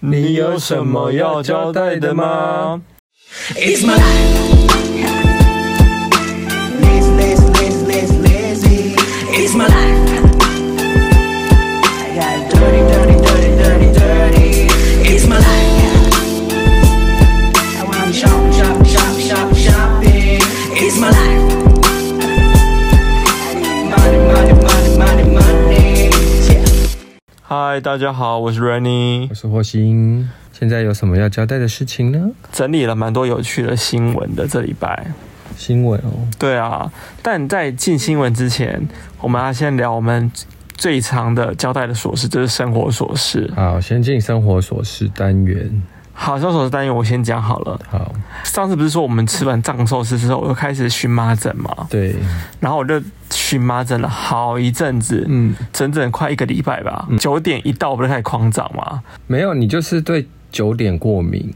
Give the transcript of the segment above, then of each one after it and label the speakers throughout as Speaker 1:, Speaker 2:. Speaker 1: 你有什么要交代的吗？
Speaker 2: It's my life. Lazy, lazy, lazy, lazy, lazy. It's my life. I got dirty, dirty, dirty, dirty, dirty. It's my life. I wanna shop, shop, shop, shop, shopping. It's my life. I need Money, money, money, money, money. Yeah.
Speaker 1: 嗨，大家好，我是 Renny，
Speaker 3: 我是霍星，现在有什么要交代的事情呢？
Speaker 1: 整理了蛮多有趣的新闻的这礼拜。
Speaker 3: 新闻哦，
Speaker 1: 对啊，但在进新闻之前，我们要先聊我们最长的交代的琐事，就是生活琐事。
Speaker 3: 好，先进生活琐事单元。
Speaker 1: 好，生活琐事单元我先讲好了。
Speaker 3: 好，
Speaker 1: 上次不是说我们吃完藏寿司之后，我又开始荨麻疹嘛，
Speaker 3: 对，
Speaker 1: 然后我就荨麻疹了好一阵子，
Speaker 3: 嗯，
Speaker 1: 整整快一个礼拜吧。九、点一到，我不是开始狂长嘛？
Speaker 3: 没有，你就是对九点过敏，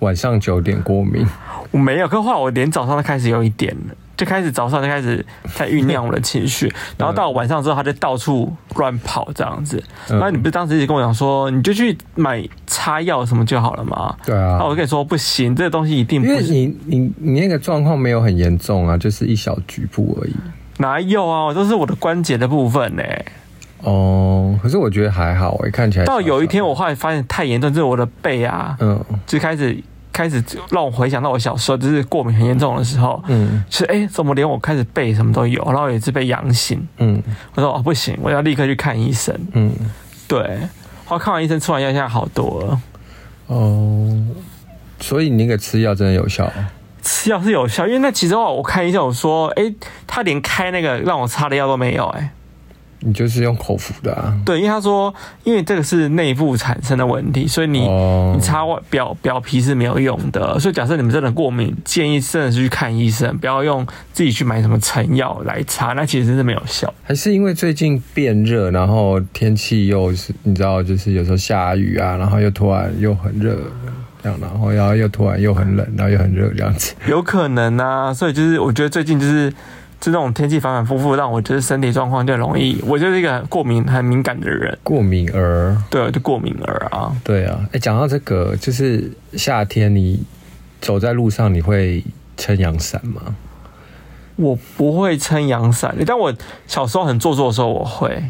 Speaker 3: 晚上九点过敏，
Speaker 1: 我没有，可后来我连早上都开始有一点了，就开始早上就开始在酝酿我的情绪，然后到晚上之后，他就到处乱跑这样子。
Speaker 3: 嗯
Speaker 1: 然后你不是当时一直跟我讲说，你就去买擦药什么就好了嘛？
Speaker 3: 对啊
Speaker 1: 然后我就跟你说不行，这个东西一定
Speaker 3: 因
Speaker 1: 不
Speaker 3: 为
Speaker 1: 行，
Speaker 3: 你你你那个状况没有很严重啊，就是一小局部而已。
Speaker 1: 哪有啊？这是我的关节的部分呢、欸
Speaker 3: 哦，可是我觉得还好诶、看起来嗯
Speaker 1: 到有一天
Speaker 3: 小
Speaker 1: 我后来发现太严重，就是我的背啊，
Speaker 3: 小的，
Speaker 1: 就开始开始让我回想到我小时候就是过敏很严重的时候，
Speaker 3: 嗯
Speaker 1: 是哎、诶怎么连我开始背什么都有，然后也是被阳醒。
Speaker 3: 嗯
Speaker 1: 我说哦不行，我要立刻去看医生。
Speaker 3: 嗯嗯，
Speaker 1: 对，后来看完医生，吃完药现在好多了。
Speaker 3: 哦，所以你那个吃药真的有效？
Speaker 1: 吃药是有效，因为那其实我看医生，我说，哎、他连开那个让我擦的药都没有、诶哎，
Speaker 3: 你就是用口服的啊？
Speaker 1: 对，因为他说，因为这个是内部产生的问题，所以你、
Speaker 3: 哦
Speaker 1: 你擦外表表皮是没有用的。所以假设你们真的过敏，建议真的是去看医生，不要用自己去买什么成药来擦，那其实是没有效。
Speaker 3: 还是因为最近变热，然后天气又是你知道，就是有时候下雨啊，然后又突然又很热，这样，然后然后又突然又很冷，然后又很热这样子。
Speaker 1: 有可能啊，所以就是我觉得最近就是就这种天气反反复复，让我觉得身体状况就容易，我就是一个过敏很敏感的人，
Speaker 3: 过敏儿，
Speaker 1: 对，我就过敏儿啊。
Speaker 3: 对啊。哎，讲到这个，就是夏天你走在路上，你会撑阳伞吗？
Speaker 1: 我不会撑阳伞，但我小时候很做作的时候我会，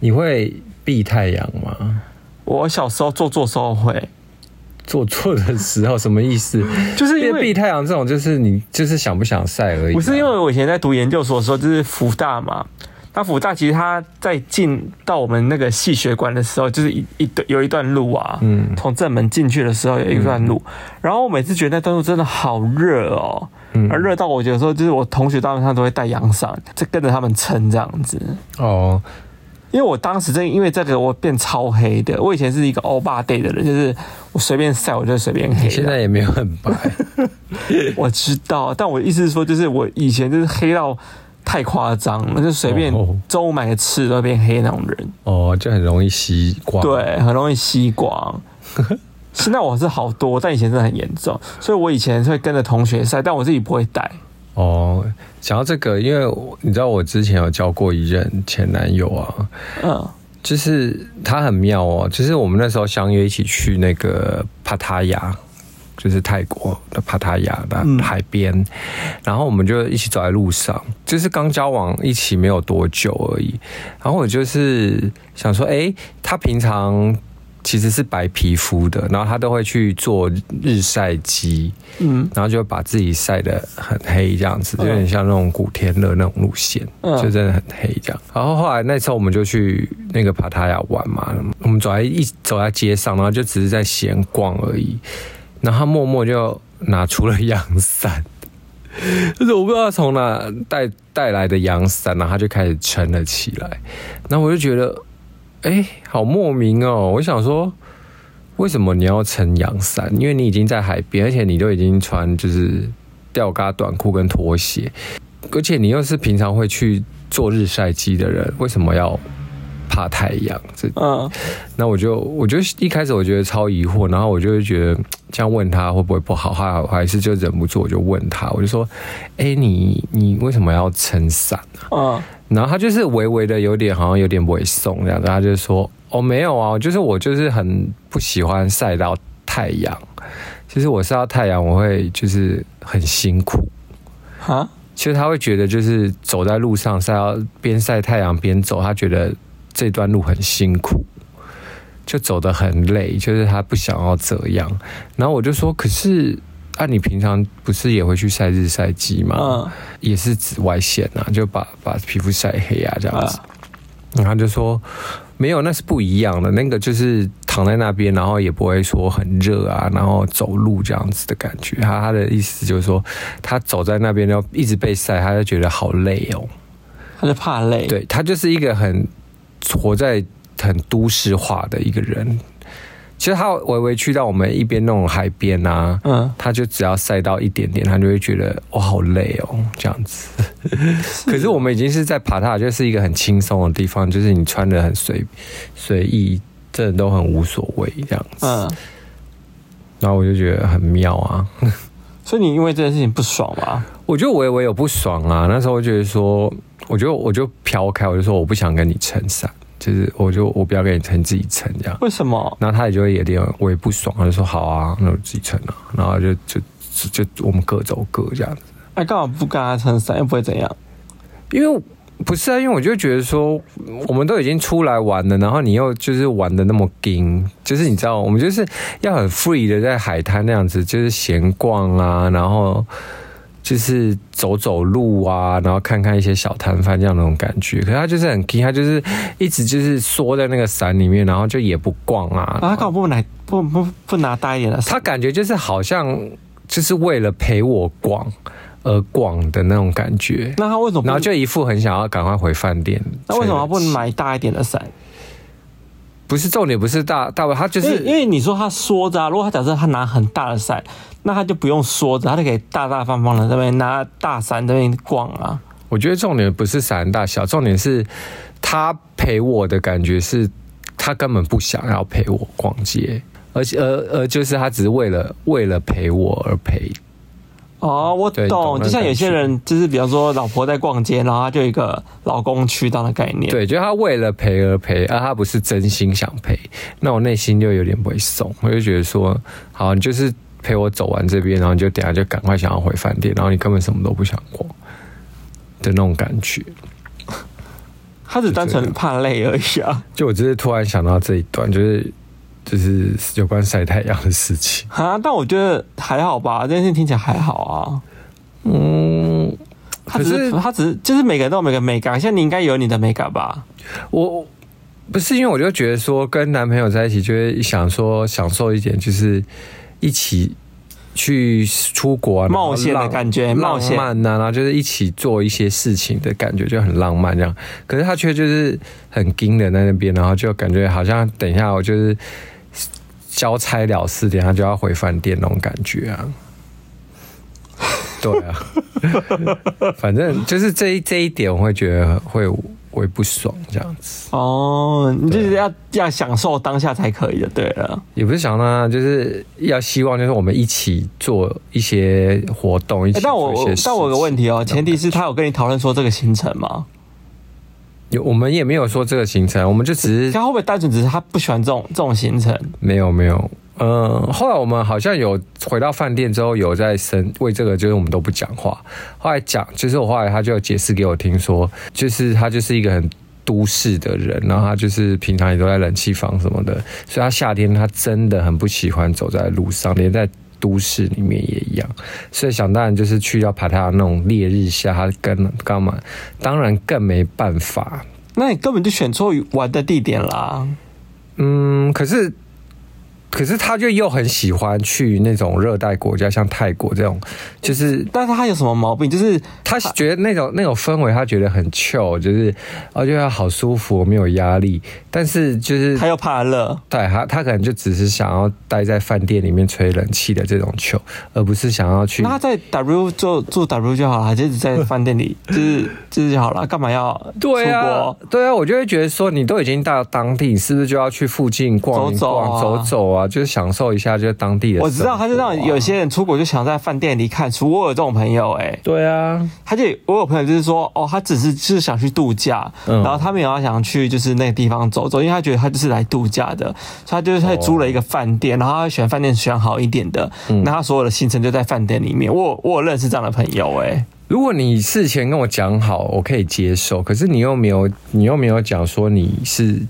Speaker 3: 你会避太阳吗？
Speaker 1: 我小时候做作的时候会，
Speaker 3: 做错的时候什么意思？
Speaker 1: 就是 因
Speaker 3: 因为避
Speaker 1: 为。
Speaker 3: 太阳这种，就是你就是想不想晒而已啊、
Speaker 1: 不是因为我以前在读研究所的时候，就是福大嘛。那福大其实它在进到我们那个系学馆的时候，就是一一段有一段路啊，
Speaker 3: 嗯
Speaker 1: 从正门进去的时候有一段路，然后我每次觉得那段路真的好热哦，
Speaker 3: 嗯
Speaker 1: 而热到我有时候就是我同学他们他都会带阳伞，就跟着他们撑这样子。
Speaker 3: 哦，
Speaker 1: 因为我当时真的因为这个我变超黑的，我以前是一个欧巴 day 的人，就是我随便晒我就随便黑
Speaker 3: 你现
Speaker 1: 的。
Speaker 3: 在也没有很 白。
Speaker 1: 我知道，但我意思是说，就是我以前就是黑到太夸张了，就随便
Speaker 3: 哦
Speaker 1: 中午买个吃的都变黑那种人，
Speaker 3: 哦，就很容易吸光。，
Speaker 1: 对，很容易吸光。 现在我是好多，但以前真的很严重，所以我以前是会跟着同学晒，但我自己不会带。
Speaker 3: 哦，讲到这个，因为我你知道我之前有交过一任前男友啊，
Speaker 1: 嗯，
Speaker 3: 就是他很妙哦，就是我们那时候相约一起去那个帕塔亚。就是泰国的帕塔亚的
Speaker 1: 嗯
Speaker 3: 海边，然后我们就一起走在路上，就是刚交往一起没有多久而已。然后我就是想说，诶，他平常其实是白皮肤的，然后他都会去做日晒机，
Speaker 1: 嗯，
Speaker 3: 然后就把自己晒得很黑，这样子，
Speaker 1: 嗯
Speaker 3: 有点像那种古天乐那种路线，
Speaker 1: 嗯
Speaker 3: 就真的很黑这样。然后后来那时候我们就去那个帕塔亚玩嘛，我们走在一走在街上，然后就只是在闲逛而已。然后他默默就拿出了阳伞， 就是我不知道他从哪带带来的阳伞，然后他就开始撑了起来。然后我就觉得，哎、好莫名哦！我想说，为什么你要撑阳伞？因为你已经在海边，而且你都已经穿就是吊嘎短裤跟拖鞋，而且你又是平常会去做日晒机的人，为什么要怕太阳，这
Speaker 1: 嗯，
Speaker 3: 那我就我就一开始我觉得超疑惑，然后我就会觉得这样问他会不会不好，后来我还是就忍不住我就问他，我就说，哎、你你为什么要撑伞啊？
Speaker 1: 嗯，
Speaker 3: 然后他就是微微的有点好像有点猥送这样子，他就说，哦没有啊，就是我就是很不喜欢晒到太阳，其实我晒到太阳我会就是很辛苦。
Speaker 1: 哈，
Speaker 3: 其实他会觉得，就是走在路上晒到边晒太阳边走，他觉得这段路很辛苦，就走得很累，就是他不想要这样。然后我就说，可是啊，你平常不是也会去晒日晒机吗？
Speaker 1: 嗯
Speaker 3: 也是紫外线啊，就把把皮肤晒黑啊这样子。然后他就说没有，那是不一样的，那个就是躺在那边，然后也不会说很热啊，然后走路这样子的感觉。他他的意思就是说，他走在那边然后一直被晒，他就觉得好累哦。
Speaker 1: 他是怕累，，
Speaker 3: 对他就是一个很活在很都市化的一个人。其实他微微去到我们一边那种海边啊，
Speaker 1: 嗯，
Speaker 3: 他就只要晒到一点点，他就会觉得哇、好累哦，这样子。可是我们已经是在爬塔，就是一个很轻松的地方，就是你穿的很随随意，真的都很无所谓这样子。
Speaker 1: 嗯，
Speaker 3: 然后我就觉得很妙啊，
Speaker 1: 所以你因为这件事情不爽吧？
Speaker 3: 我觉得我也我也有不爽啊，那时候我觉得说，我就我就飘开，我就说我不想跟你撑伞，就是我就我不要跟你撑，你自己撑这样。
Speaker 1: 为什么？
Speaker 3: 然后他也就会有点我也不爽，他就说好啊，那我自己撑啊，然后就就就就我们各走各这样子。
Speaker 1: 哎，干嘛不跟他撑伞？又不会怎样？
Speaker 3: 因为不是啊，因为我就觉得说，我们都已经出来玩了，然后你又就是玩的那么硬，就是你知道，我们就是要很 free 的在海滩那样子，就是闲逛啊，然后就是走走路啊，然后看看一些小摊贩这样那种感觉。可是他就是很硬，他就是一直就是缩在那个伞里面，然后就也不逛啊。
Speaker 1: 啊，他干嘛不拿不不不拿大一点的伞？
Speaker 3: 他感觉就是好像就是为了陪我逛而逛的那种感觉。
Speaker 1: 那他为什么不？
Speaker 3: 然后就一副很想要赶快回饭店。
Speaker 1: 嗯那为什么他不
Speaker 3: 吹冷气
Speaker 1: 买大一点的伞？
Speaker 3: 不是重点，不是大大卫，他就
Speaker 1: 因为因
Speaker 3: 是
Speaker 1: 为你说他缩着啊，如果他假设他拿很大的伞，那他就不用缩着，他就可以大大方方的在那边拿大伞在那边逛啊。
Speaker 3: 我觉得重点不是伞大小，重点是他陪我的感觉是，他根本不想要陪我逛街，而且而而就是他只是为了为了陪我而陪。
Speaker 1: 哦，我
Speaker 3: 对懂
Speaker 1: 懂，
Speaker 3: 那
Speaker 1: 就像有些
Speaker 3: 感觉
Speaker 1: 人就是比方说老婆在逛街，然后他就有一个老公去当的概念。，
Speaker 3: 对，就是他为了陪而陪，而他不是真心想陪，那我内心就有点不会松，我就觉得说，好，你就是陪我走完这边，然后你就等下就赶快想要回饭店，然后你根本什么都不想逛的那种感觉。
Speaker 1: 他只单
Speaker 3: 就
Speaker 1: 纯
Speaker 3: 这
Speaker 1: 怕累而已啊。
Speaker 3: 就我只是突然想到这一段，就是就是有关晒太阳的事情。
Speaker 1: 啊，但我觉得还好吧，这件事情听起来还好啊。
Speaker 3: 嗯，
Speaker 1: 他只
Speaker 3: 可
Speaker 1: 是
Speaker 3: 是
Speaker 1: 他只是就是每个人都有每个美感，像你应该有你的美感吧？
Speaker 3: 我不是因为我就觉得说跟男朋友在一起，就会想说享受一点，就是一起。去出国、啊、然后
Speaker 1: 冒险的
Speaker 3: 浪
Speaker 1: 感觉冒险
Speaker 3: 浪漫呐、啊然后就是一起做一些事情的感觉，就很浪漫这样。可是他却就是很盯的在那边，然后就感觉好像等一下我就是交差了事，等一下就要回饭店那种感觉啊。对啊，反正就是这一这一点，我会觉得会会不爽这样子，
Speaker 1: 哦，你就是要要享受当下才可以的，对了。
Speaker 3: 也不是想让他，就是要希望就是我们一起做一些活动，一
Speaker 1: 哎、
Speaker 3: 起
Speaker 1: 但我
Speaker 3: 做一
Speaker 1: 我
Speaker 3: 些事情。
Speaker 1: 但我有个问题哦，前提是他有跟你讨论说这个行程吗？
Speaker 3: 有我们也没有说这个行程，我们就只是
Speaker 1: 他会不会单纯只是他不喜欢这种这种行程？
Speaker 3: 没有没有。嗯，后来我们好像有回到饭店之后，有在生为这个，就是我们都不讲话。后来讲，就是我后来他就有解释给我听说，就是他就是一个很都市的人，然后他就是平常也都在冷气房什么的，所以他夏天他真的很不喜欢走在路上，连在都市里面也一样。所以想当然就是去到爬塔那种烈日下，他跟干嘛，当然更没办法。
Speaker 1: 那你根本就选错玩的地点啦。
Speaker 3: 嗯，可是可是他就又很喜欢去那种热带国家，像泰国这种，就是
Speaker 1: 但是他有什么毛病？就是
Speaker 3: 他觉得那种那种氛围，他觉得很 chill，就是而且他好舒服，没有压力。但是就是
Speaker 1: 他又怕热，
Speaker 3: 对他，他可能就只是想要待在饭店里面吹冷气的这种球，而不是想要去
Speaker 1: 那。他在 W 就住 W 就好了，就一直在饭店 里，就是就是就好了，干嘛要
Speaker 3: 对
Speaker 1: 出
Speaker 3: 啊
Speaker 1: 国，
Speaker 3: 对啊，我就会觉得说，你都已经到当地，是不是就要去附近逛一
Speaker 1: 走
Speaker 3: 逛、
Speaker 1: 走啊
Speaker 3: 走走啊，就是享受一下就是当地的、啊
Speaker 1: 我知道他是那种有。些人出国就想在饭店里看书，我有这种朋友哎、
Speaker 3: 对啊，
Speaker 1: 他就我有朋友就是说哦，他只是就是想去度假，
Speaker 3: 嗯
Speaker 1: 然后他没有要想去就是那个地方走走，因为他觉得他就是来度假的，所以他就是他租了一个饭店，然后他选饭店选好一点的，
Speaker 3: 嗯
Speaker 1: 那他所有的行程就在饭店里面。我有我有认识这样的朋友哎、
Speaker 3: 如果你事前跟我讲好，我可以接受，可是你又没有，你又没有讲说你是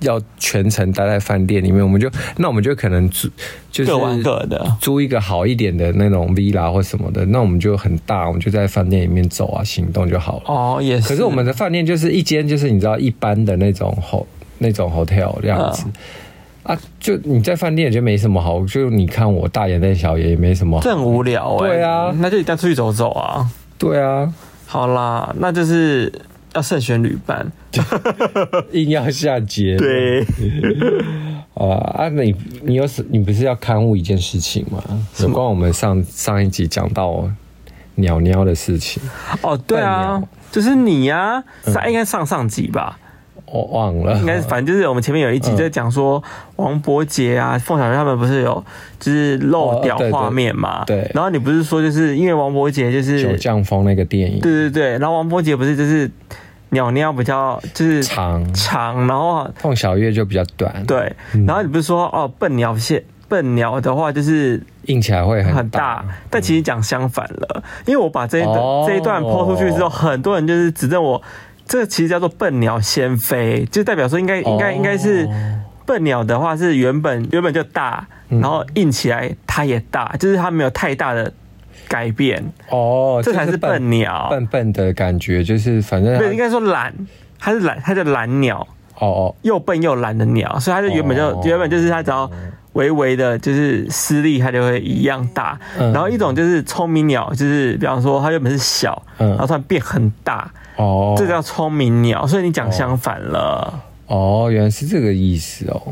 Speaker 3: 要全程待在饭店里面，我们就那我们就可能租就是
Speaker 1: 各玩各的。
Speaker 3: 租一个好一点的那种 villa 或什么的，那我们就很大，我们就在饭店里面走啊，行动就好了。
Speaker 1: 哦，也是。
Speaker 3: 可是我们的饭店就是一间，就是你知道一般的那种 ho 那种 hotel 这样
Speaker 1: 嗯
Speaker 3: 子、啊，就你在饭店也就没什么好，就你看我大眼瞪小眼也没什么好。
Speaker 1: 这很无聊哎、
Speaker 3: 对啊
Speaker 1: 那就一旦出去走走啊。
Speaker 3: 对啊，
Speaker 1: 好啦，那就是要慎选旅伴。
Speaker 3: 硬要下结论
Speaker 1: 对，
Speaker 3: 啊啊！那你你有什你不是要刊物一件事情吗？有关我们上上一集讲到鸟鸟的事情，
Speaker 1: 哦，对
Speaker 3: 笨
Speaker 1: 啊
Speaker 3: 鸟，
Speaker 1: 就是你呀、
Speaker 3: 嗯
Speaker 1: 上、应该上上集吧，
Speaker 3: 我忘了，
Speaker 1: 应该是反正就是我们前面有一
Speaker 3: 嗯
Speaker 1: 集在讲说王伯杰啊、凤小岳他们不是有就是漏掉
Speaker 3: 哦对对
Speaker 1: 画面嘛、
Speaker 3: 对
Speaker 1: 然后你不是说就是因为王伯杰就是
Speaker 3: 九降风那个电影
Speaker 1: 对对对，然后王伯杰不是就是鸟尿比较就是
Speaker 3: 长，
Speaker 1: 长，然后
Speaker 3: 凤小月就比较短，，
Speaker 1: 对，
Speaker 3: 嗯
Speaker 1: 然后你不是说哦笨鸟蟹笨鸟的话就是
Speaker 3: 硬起来会
Speaker 1: 很
Speaker 3: 很
Speaker 1: 大，但其实讲相反了，因为我把这一段、
Speaker 3: 哦
Speaker 1: 这一段抛出去之后，很多人就是指正我，这其实叫做笨鸟先飞，就代表说应该应该
Speaker 3: 哦
Speaker 1: 应该是笨鸟的话是原本原本就大，然后硬起来它也大，就是它没有太大的改变，
Speaker 3: 哦，
Speaker 1: 这才
Speaker 3: 就是
Speaker 1: 笨鸟，
Speaker 3: 笨笨的感觉，就是反正它
Speaker 1: 对，应该说懒，它是懒，它叫懒鸟，
Speaker 3: 哦哦，
Speaker 1: 又笨又懒的鸟，所以它就原本就、
Speaker 3: 哦
Speaker 1: 原本就是它只要微微的，就是施力，它就会一样大。
Speaker 3: 嗯
Speaker 1: 然后一种就是聪明鸟，就是比方说它原本是小，
Speaker 3: 嗯
Speaker 1: 然后突然变很大，
Speaker 3: 哦，
Speaker 1: 这叫聪明鸟。所以你讲相反了，
Speaker 3: 哦，原来是这个意思哦，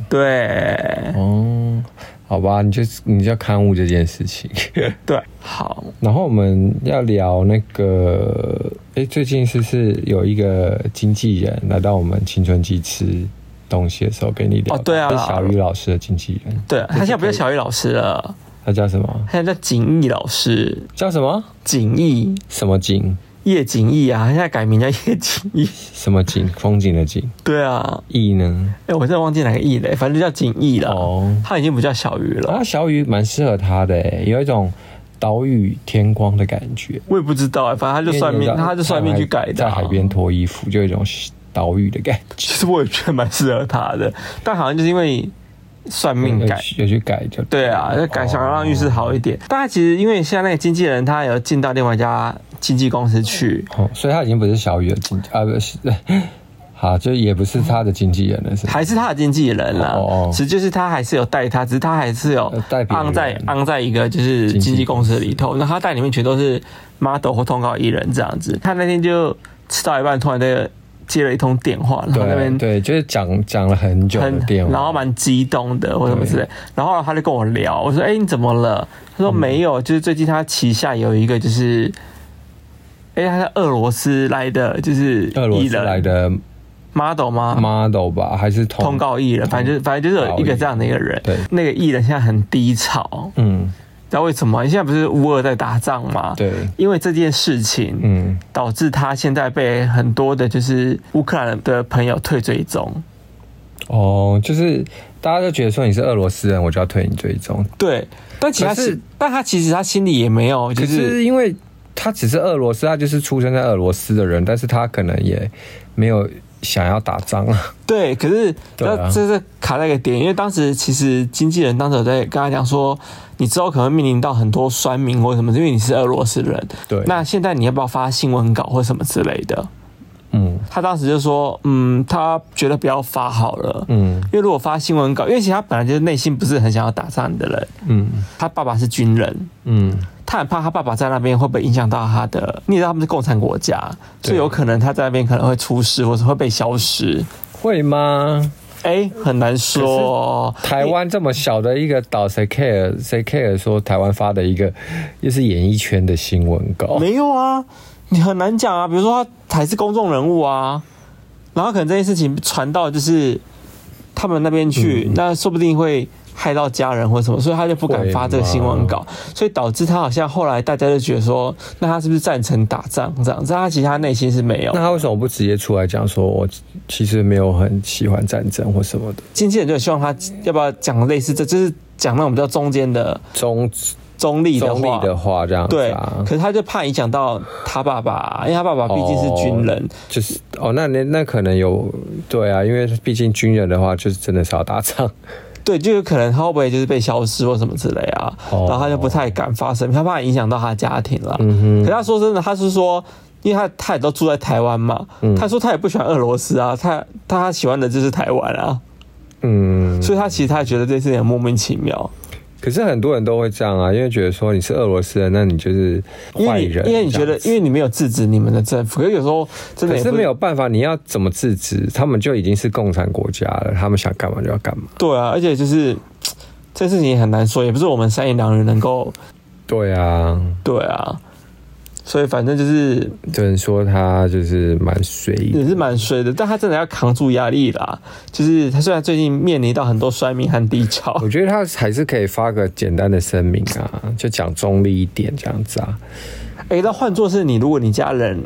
Speaker 1: 对
Speaker 3: 哦，好吧，你就你就要刊物这件事情，
Speaker 1: 对，好，
Speaker 3: 然后我们要聊那个，哎，最近是不是有一个经纪人来到我们青春期吃东西的时候跟你聊？
Speaker 1: 哦对啊
Speaker 3: 是小雨老师的经纪人，
Speaker 1: 对他现在不是小雨老师了，
Speaker 3: 他叫什么？
Speaker 1: 他现在叫景逸老师，
Speaker 3: 叫什么？
Speaker 1: 景逸
Speaker 3: 什么景？
Speaker 1: 叶景逸啊，他现在改名叫叶景逸。
Speaker 3: 什么景？风景的景？
Speaker 1: 对啊，
Speaker 3: 意呢？
Speaker 1: 哎、我真的忘记哪个逸嘞，反正就叫景逸了。
Speaker 3: 哦
Speaker 1: 他已经不叫小雨了。
Speaker 3: 啊，小雨蛮适合他的诶，有一种岛屿天光的感觉。
Speaker 1: 我也不知道哎、反正他就算命，
Speaker 3: 因为你知道
Speaker 1: 他就算命去改的、啊
Speaker 3: 在海边。脱衣服，就有一种岛屿的感觉。
Speaker 1: 其实我也觉得蛮适合他的，但好像就是因为算命改，
Speaker 3: 有去改就
Speaker 1: 对啊，就改想要让
Speaker 3: 浴
Speaker 1: 运
Speaker 3: 室
Speaker 1: 势好一点。但他其实因为现在那个经纪人，他有进到另外一家经纪公司去，
Speaker 3: 哦，所以他已经不是小雨的经啊，不 是，好，就也不是他的经纪人了，是吗
Speaker 1: 还是他的经纪人啦、
Speaker 3: 哦哦
Speaker 1: 其实就是他还是有带他，只是他还是有
Speaker 3: 呃带别人
Speaker 1: 安在安在一个就是
Speaker 3: 经纪
Speaker 1: 经纪公司里头，那他带里面全都是 model 或通告艺人这样子。他那天就吃到一半，突然那个接了一通电话，然后那边
Speaker 3: 对对，就是讲讲了很久的
Speaker 1: 很
Speaker 3: 电话，
Speaker 1: 然后蛮激动的或什么之类
Speaker 3: 对。嗯
Speaker 1: 然后他就跟我聊，我说：“哎、你怎么了？”他说：“没有，就是最近他旗下有一个就是，哎、他是俄罗斯来的，就是
Speaker 3: 俄罗
Speaker 1: 艺
Speaker 3: 斯来
Speaker 1: 人
Speaker 3: 的
Speaker 1: model 吗？
Speaker 3: model 吧，还是通
Speaker 1: 通，告艺人，反正就是反正就是有一个这样的一个人
Speaker 3: 对。
Speaker 1: 那个艺人现在很低潮，
Speaker 3: 嗯，
Speaker 1: 知道为什么？现在不是乌俄在打仗吗？
Speaker 3: 对，
Speaker 1: 因为这件事情，
Speaker 3: 嗯，
Speaker 1: 导致他现在被很多的就是乌克兰的朋友退追踪。
Speaker 3: 哦，就是大家就觉得说你是俄罗斯人，我就要退你追踪，
Speaker 1: 对，但其实他
Speaker 3: 可是
Speaker 1: 心但他其实他心里也没有，就
Speaker 3: 可是因为他只是俄罗斯，他就是出生在俄罗斯的人，但是他可能也没有想要打仗啊，
Speaker 1: 对，可是
Speaker 3: 对啊
Speaker 1: 那这是卡在一个点，因为当时其实经纪人当时有在跟他讲说，你之后可能会面临到很多酸民或什么，因为你是俄罗斯人。
Speaker 3: 对
Speaker 1: 那现在你要不要发新闻稿或什么之类的？
Speaker 3: 嗯
Speaker 1: 他当时就说，嗯，他觉得不要发好了，
Speaker 3: 嗯
Speaker 1: 因为如果发新闻稿，因为其实他本来就是内心不是很想要打仗的人，
Speaker 3: 嗯
Speaker 1: 他爸爸是军人，
Speaker 3: 嗯
Speaker 1: 他很怕他爸爸在那边会不会影响到他的，你也知道他们是共产国家，所以
Speaker 3: 对
Speaker 1: 有可能他在那边可能会出事，或者会被消失。
Speaker 3: 会吗？
Speaker 1: 哎、很难说。
Speaker 3: 台湾这么小的一个岛，谁 care 谁 care 说台湾发的一个又是演艺圈的新闻稿？
Speaker 1: 没有啊，你很难讲啊。比如说他还是公众人物啊，然后可能这件事情传到就是他们那边去，那说不定会害到家人或什么，所以他就不敢发这个新闻稿，所以导致他好像后来大家就觉得说，那他是不是赞成打仗这样？但他其实他内心是没有
Speaker 3: 那。他为什么不直接出来讲说，我其实没有很喜欢战争或什么的？
Speaker 1: 经纪人就很希望他要不要讲类似这，就是讲那种比较中间的
Speaker 3: 中
Speaker 1: 中立的
Speaker 3: 中
Speaker 1: 话
Speaker 3: 立。的话这样子
Speaker 1: 对，
Speaker 3: 啊
Speaker 1: 可，是他就怕影响到他爸爸啊，因为他爸爸毕竟是军人，
Speaker 3: 哦就是哦，那那那可能有对啊，因为毕竟军人的话，就是真的是要打仗。
Speaker 1: 对，就有可能他会不会就是被消失或什么之类啊，
Speaker 3: 哦
Speaker 1: 然后他就不太敢发声，他怕影响到他的家庭了。
Speaker 3: 嗯
Speaker 1: 可是他说真的，他是说，因为他他也都住在台湾嘛，
Speaker 3: 嗯
Speaker 1: 他说他也不喜欢俄罗斯啊，他他他喜欢的就是台湾啊，
Speaker 3: 哼，嗯，
Speaker 1: 所以他其实他也觉得这件事情很莫名其妙，
Speaker 3: 可是很多人都会这样啊，因为觉得说你是俄罗斯人，那你就是
Speaker 1: 因
Speaker 3: 坏
Speaker 1: 为你
Speaker 3: 人
Speaker 1: 因为你觉得，
Speaker 3: 这
Speaker 1: 因
Speaker 3: 样子
Speaker 1: 为你没有制止你们的政府，可是有时候真的
Speaker 3: 可
Speaker 1: 也
Speaker 3: 是
Speaker 1: 不
Speaker 3: 没有办法，你要怎么制止？他们就已经是共产国家了，他们想干嘛就要干嘛。
Speaker 1: 对啊，而且就是这事情也很难说，也不是我们三言两语能够
Speaker 3: 对啊，
Speaker 1: 对啊，所以反正就是
Speaker 3: 只能说他就是蛮随意的
Speaker 1: 也是蛮衰的，但他真的要扛住压力啦。就是他虽然最近面临到很多衰民和低潮，
Speaker 3: 我觉得他还是可以发个简单的声明啊，就讲中立一点这样子啊。
Speaker 1: 哎、那换作是你，如果你家人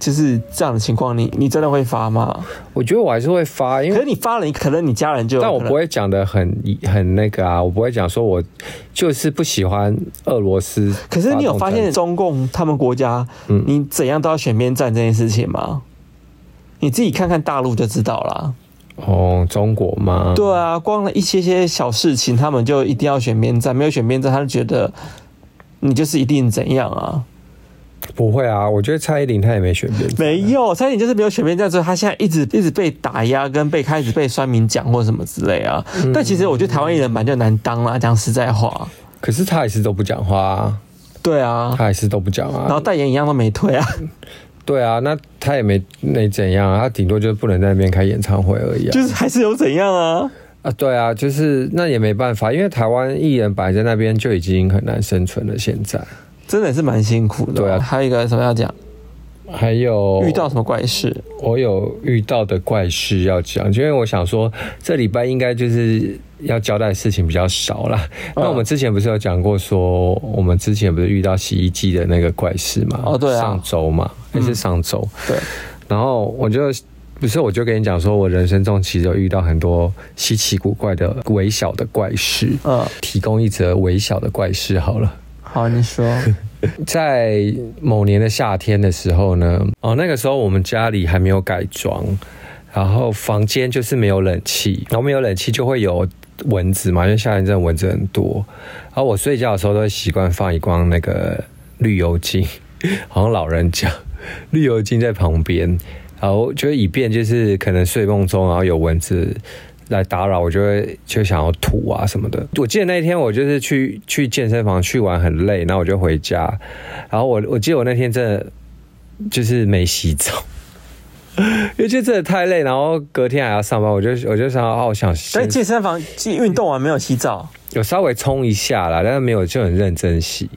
Speaker 1: 就是这样的情况，你你真的会发吗？
Speaker 3: 我觉得我还是会发，因
Speaker 1: 可
Speaker 3: 为
Speaker 1: 是你发了，你可能你家人就有
Speaker 3: 但我
Speaker 1: 可能
Speaker 3: 不会讲的很很那个啊，我不会讲说我就是不喜欢俄罗斯。
Speaker 1: 可是你有发现中共他们国家，
Speaker 3: 嗯
Speaker 1: 你怎样都要选边站这件事情吗？你自己看看大陆就知道啦。
Speaker 3: 哦，中国吗？
Speaker 1: 对啊，光了一些些小事情，他们就一定要选边站，没有选边站，他就觉得你就是一定怎样啊？
Speaker 3: 不会啊，我觉得蔡依林她也没选边站，啊
Speaker 1: 没有，蔡依林就是没有选边站，所以他现在一直一直被打压，跟被开始被酸民讲或什么之类啊。但其实我觉得台湾艺人蛮就难当啦，讲实在话，
Speaker 3: 可是她还是都不讲话、啊，
Speaker 1: 对啊。
Speaker 3: 她还是都不讲
Speaker 1: 然后
Speaker 3: 啊。
Speaker 1: 代言一样都没退 啊，
Speaker 3: 对啊，那她也没没怎样啊，她顶多就是不能在那边开演唱会而已啊。
Speaker 1: 就是还是有怎样啊？
Speaker 3: 啊，对啊，就是那也没办法，因为台湾艺人摆在那边就已经很难生存了。现在
Speaker 1: 真的是蛮辛苦的。
Speaker 3: 对啊
Speaker 1: 还有一个什么要讲？
Speaker 3: 还有
Speaker 1: 遇到什么怪事？
Speaker 3: 我有遇到的怪事要讲，就因为我想说这礼拜应该就是要交代的事情比较少啦。
Speaker 1: 哦
Speaker 3: 那我们之前不是有讲过说，我们之前不是遇到洗衣机的那个怪事嘛？
Speaker 1: 哦对啊
Speaker 3: 上周嘛，还是上周。
Speaker 1: 对，
Speaker 3: 然后我就不是，我就跟你讲说，我人生中其实有遇到很多稀奇古怪的微小的怪事。
Speaker 1: 嗯，
Speaker 3: 提供一则微小的怪事好了。
Speaker 1: 好，你 说，
Speaker 3: 在某年的夏天的时候呢，哦，那个时候我们家里还没有改装，然后房间就是没有冷气，然后没有冷气就会有蚊子嘛，因为夏天真的蚊子很多。然后我睡觉的时候都会习惯放一罐那个绿油精， 好像老人家绿油精在旁边，然后就以便就是可能睡梦中然后有蚊子。来打扰我就会就想要吐啊什么的。我记得那一天我就是去去健身房去玩很累，然后我就回家，然后我我记得我那天真的就是没洗澡，因为就真的太累，然后隔天还要上班，我就我就想哦，我想
Speaker 1: 在
Speaker 3: 先
Speaker 1: 健身房运动完没有洗澡？
Speaker 3: 有稍微冲一下啦，但是没有就很认真洗，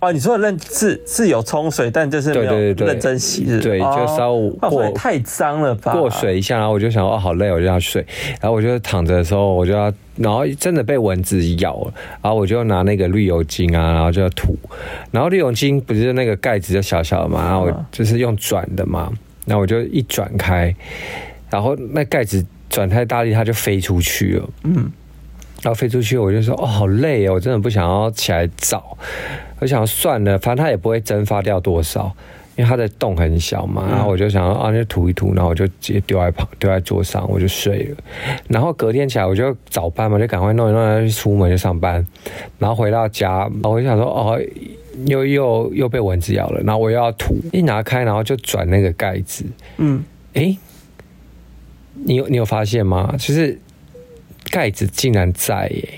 Speaker 1: 哦，你说的认是是有冲水，但就是没有
Speaker 3: 对对对对
Speaker 1: 认真洗是不是
Speaker 3: 对就稍微
Speaker 1: 哦、哇所以
Speaker 3: 过
Speaker 1: 太脏了吧？
Speaker 3: 过水一下，然后我就想哦好累，我就要睡，然后我就躺着的时候我就要，然后真的被蚊子咬了，然后我就拿那个绿油精啊，然后就要吐，然后绿油精不是那个盖子就小小的嘛，然后我就是用转的嘛，然后我就一转开，然后那盖子转太大力，它就飞出去了，嗯，然后飞出去我就说哦好累哦，我真的不想要起来找，我想算了，反正它也不会蒸发掉多少。因为它的洞很小嘛，然后我就想说啊，那就涂一涂，然后我就直接丢在旁丢在桌上，我就睡了。然后隔天起来我就早班嘛，就赶快弄一弄，然后就出门就上班，然后回到家，然后我就想说哦。又又又被蚊子咬了，然后我又要吐，一拿开，然后就转那个盖子，
Speaker 1: 嗯，
Speaker 3: 诶，你有你有发现吗？就是盖子竟然在耶、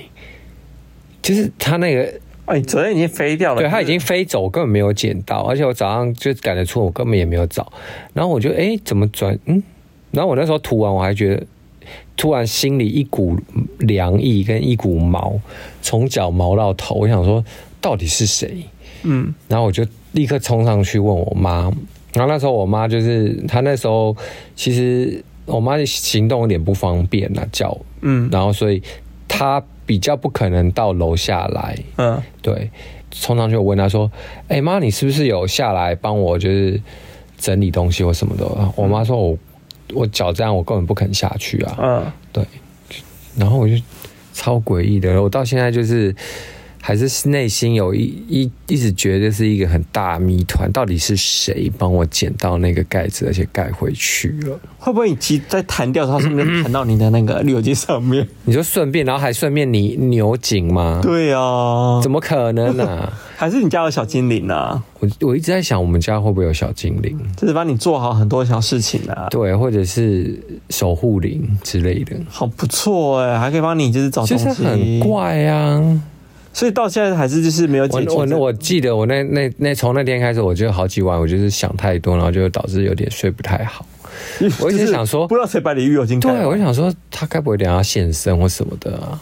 Speaker 3: 就是它那个，
Speaker 1: 哎，昨天已经飞掉了，
Speaker 3: 对，它已经飞走，我根本没有捡到，而且我早上就赶着出门，我根本也没有找。然后我就诶，怎么转？嗯，然后我那时候涂完，我还觉得。突然心里一股凉意跟一股毛，从脚毛到头，我想说到底是谁？
Speaker 1: 嗯
Speaker 3: 然后我就立刻冲上去问我妈。然后那时候我妈就是她那时候其实我妈行动有点不方便啊，叫，
Speaker 1: 嗯
Speaker 3: 然后所以她比较不可能到楼下来。
Speaker 1: 嗯
Speaker 3: 对，冲上去我问她说：“哎、妈，你是不是有下来帮我就是整理东西或什么的？”我妈说我：“我脚这样，我根本不肯下去啊。”
Speaker 1: 嗯，
Speaker 3: 对，然后我就超诡异的，我到现在就是还是内心有一一一直觉得是一个很大谜团，到底是谁帮我捡到那个盖子，而且盖回去了？
Speaker 1: 会不会你其实在弹掉的时候，它顺便弹到你的那个绿油机上 面？
Speaker 3: 你就顺便，然后还顺便你扭紧吗？
Speaker 1: 对啊，
Speaker 3: 怎么可能呢、啊？
Speaker 1: 还是你家有小精灵啊？
Speaker 3: 我我一直在想，我们家会不会有小精灵？
Speaker 1: 就是帮你做好很多小事情啊，
Speaker 3: 对，或者是守护灵之类的，
Speaker 1: 好不错哎、还可以帮你就是找
Speaker 3: 就
Speaker 1: 东
Speaker 3: 是
Speaker 1: 西，
Speaker 3: 很怪啊。
Speaker 1: 所以到现在还是就是没有解
Speaker 3: 我
Speaker 1: 决这。
Speaker 3: 我我记得我那那那从那天开始，我就好几晚，我就是想太多，然后就导致有点睡不太好。我一直
Speaker 1: 就是
Speaker 3: 想说
Speaker 1: 不知道谁把你绿油精盖
Speaker 3: 对，啊
Speaker 1: 了。
Speaker 3: 我就想说他该不会等一下现身或什么的啊？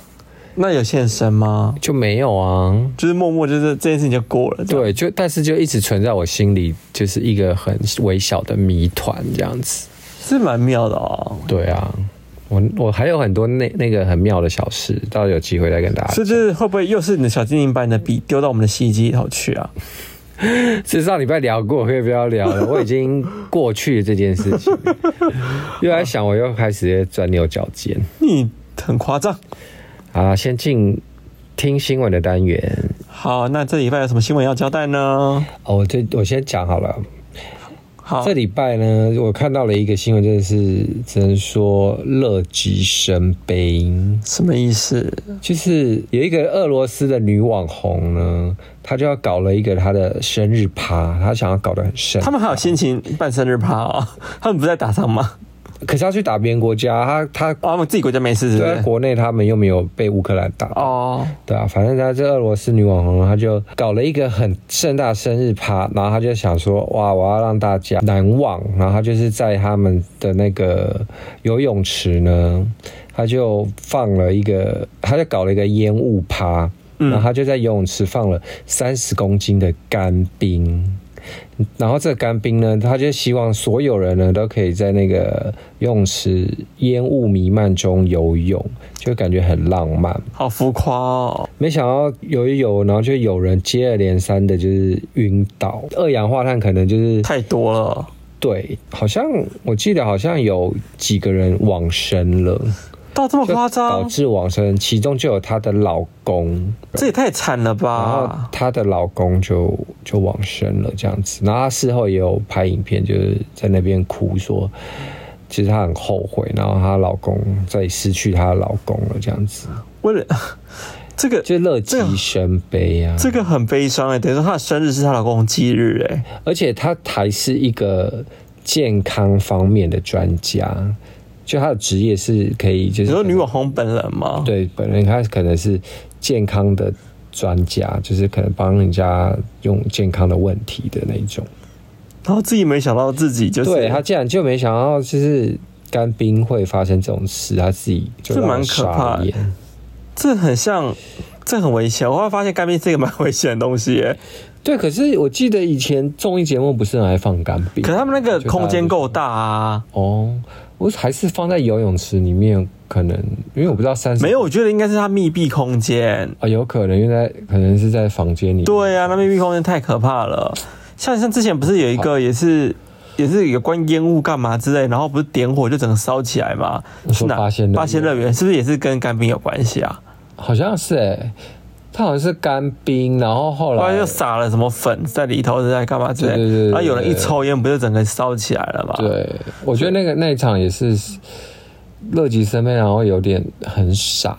Speaker 1: 那有现身吗？
Speaker 3: 就没有啊。
Speaker 1: 就是默默就是这件事情就过了。这样，
Speaker 3: 对，就但是就一直存在我心里，就是一个很微小的谜团这样子。
Speaker 1: 是蛮妙的哦。
Speaker 3: 对啊，我我还有很多那那个很妙的小事，到时候有机会再跟大家
Speaker 1: 所以就是会不会又是你的小精灵把你的笔丢到我们的洗衣机里头去啊？
Speaker 3: 是上礼拜聊过，可以不要聊了。我已经过去这件事情，又在想，我又开始钻牛角尖。
Speaker 1: 你很夸张。
Speaker 3: 啊，先进听新闻的单元。
Speaker 1: 好，那这礼拜有什么新闻要交代呢？
Speaker 3: 哦，我这我先讲好了。
Speaker 1: 好
Speaker 3: 这，礼拜呢，我看到了一个新闻，真的是只能说乐极生悲。
Speaker 1: 什么意思？
Speaker 3: 就是有一个俄罗斯的女网红呢，她就要搞了一个她的生日趴，她想要搞得很盛
Speaker 1: 他。们还有心情办生日趴哦？他们不是在打仗吗？
Speaker 3: 可是要去打别人国家，她她
Speaker 1: 哦，他们自己国家没事是不
Speaker 3: 在
Speaker 1: 是？
Speaker 3: 啊国内他们又没有被乌克兰打到
Speaker 1: 哦，
Speaker 3: 对啊，反正她这俄罗斯女网红，她就搞了一个很盛大的生日趴，然后她就想说，哇，我要让大家难忘。然后她就是在他们的那个游泳池呢，她就放了一个，她就搞了一个烟雾趴，然后她就在游泳池放了三十公斤的干冰。然后这个干冰呢，她就希望所有人呢都可以在那个游泳池烟雾弥漫中游泳，就感觉很浪漫。
Speaker 1: 好浮夸哦。
Speaker 3: 没想到游一游，然后就有人接二连三的就是晕倒，二氧化碳可能就是
Speaker 1: 太多了，
Speaker 3: 对，好像我记得好像有几个人往生了，
Speaker 1: 到这么
Speaker 3: 就
Speaker 1: 夸
Speaker 3: 导
Speaker 1: 张，
Speaker 3: 致往生，其中就有她的老公，
Speaker 1: 这也啊太惨了
Speaker 3: 然后
Speaker 1: 吧！
Speaker 3: 她的老公就就往生了这样子，然后她事后也有拍影片，就是在那边哭说。其实她很后悔，然后她老公在失去她的老公了，这样子
Speaker 1: 为了 这个，
Speaker 3: 就乐极
Speaker 1: 这样
Speaker 3: 生悲啊。
Speaker 1: 这个很悲伤哎、等于说她的生日是她老公的忌日哎、
Speaker 3: 而且他还是一个健康方面的专家，就他的职业是可以，就是
Speaker 1: 你说女网红本人吗？，
Speaker 3: 对本人他可能是健康的专家，就是可能帮人家用健康的问题的那一种。
Speaker 1: 然后自己没想到自己就是，
Speaker 3: 对他竟然就没想到，就是干冰会发生这种事，他自己就
Speaker 1: 这
Speaker 3: 让
Speaker 1: 蛮
Speaker 3: 人
Speaker 1: 可怕
Speaker 3: 傻
Speaker 1: 的
Speaker 3: 眼。
Speaker 1: 这很像，这很危险。我会发现干冰是一个蛮危险的东西 耶、
Speaker 3: 对，可是我记得以前综艺节目不是很爱放干冰，
Speaker 1: 可是他们那个
Speaker 3: 就大家
Speaker 1: 空间
Speaker 3: 就
Speaker 1: 够大啊，
Speaker 3: 哦，我还是放在游泳池里面，可能因为我不知道三十
Speaker 1: 没有，我觉得应该是它密闭空间。
Speaker 3: 啊，有可能因为在可能是在房间里。
Speaker 1: 对啊，那密闭空间太可怕了。像像之前不是有一个也是。也是有关烟雾干嘛之类，然后不是点火就整个烧起来嘛？
Speaker 3: 你说
Speaker 1: 是哪
Speaker 3: 八仙乐园
Speaker 1: 八仙乐园是不是也是跟干冰有关系啊？
Speaker 3: 好像是哎、它好像是干冰，然后后
Speaker 1: 不然
Speaker 3: 来
Speaker 1: 就撒了什么粉在里头，在干嘛之类的。
Speaker 3: 对对对对
Speaker 1: 然后有人一抽烟，不就整个烧起来了嘛？
Speaker 3: 对，啊我觉得那个那一场也是乐极生悲，然后有点很傻，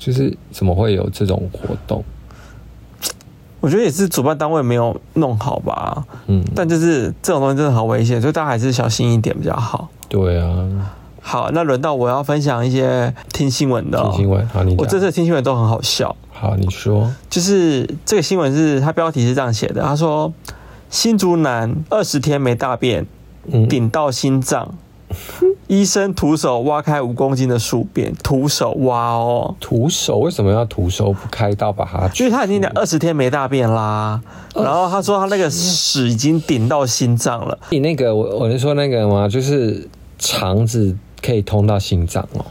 Speaker 3: 就是怎么会有这种活动？
Speaker 1: 我觉得也是主办单位没有弄好吧。
Speaker 3: 嗯，
Speaker 1: 但就是这种东西真的好危险，所以大家还是小心一点比较好。
Speaker 3: 对啊，
Speaker 1: 好，那轮到我要分享一些听新闻的哦、
Speaker 3: 听新闻，好，你
Speaker 1: 我
Speaker 3: 讲
Speaker 1: 这次听新闻都很好笑，
Speaker 3: 好，你说，
Speaker 1: 就是这个新闻是它标题是这样写的，他说新竹男二十天没大便，
Speaker 3: 嗯，
Speaker 1: 顶到心脏，医生徒手挖开五公斤的树便，徒手挖哦。
Speaker 3: 徒手为什么要徒手不开刀把它
Speaker 1: 因
Speaker 3: 去？
Speaker 1: 为他已经二十天没大便啦，然后他说他那个屎已经顶到心脏了，
Speaker 3: 你那个我我是说那个吗？就是肠子可以通到心脏 哦，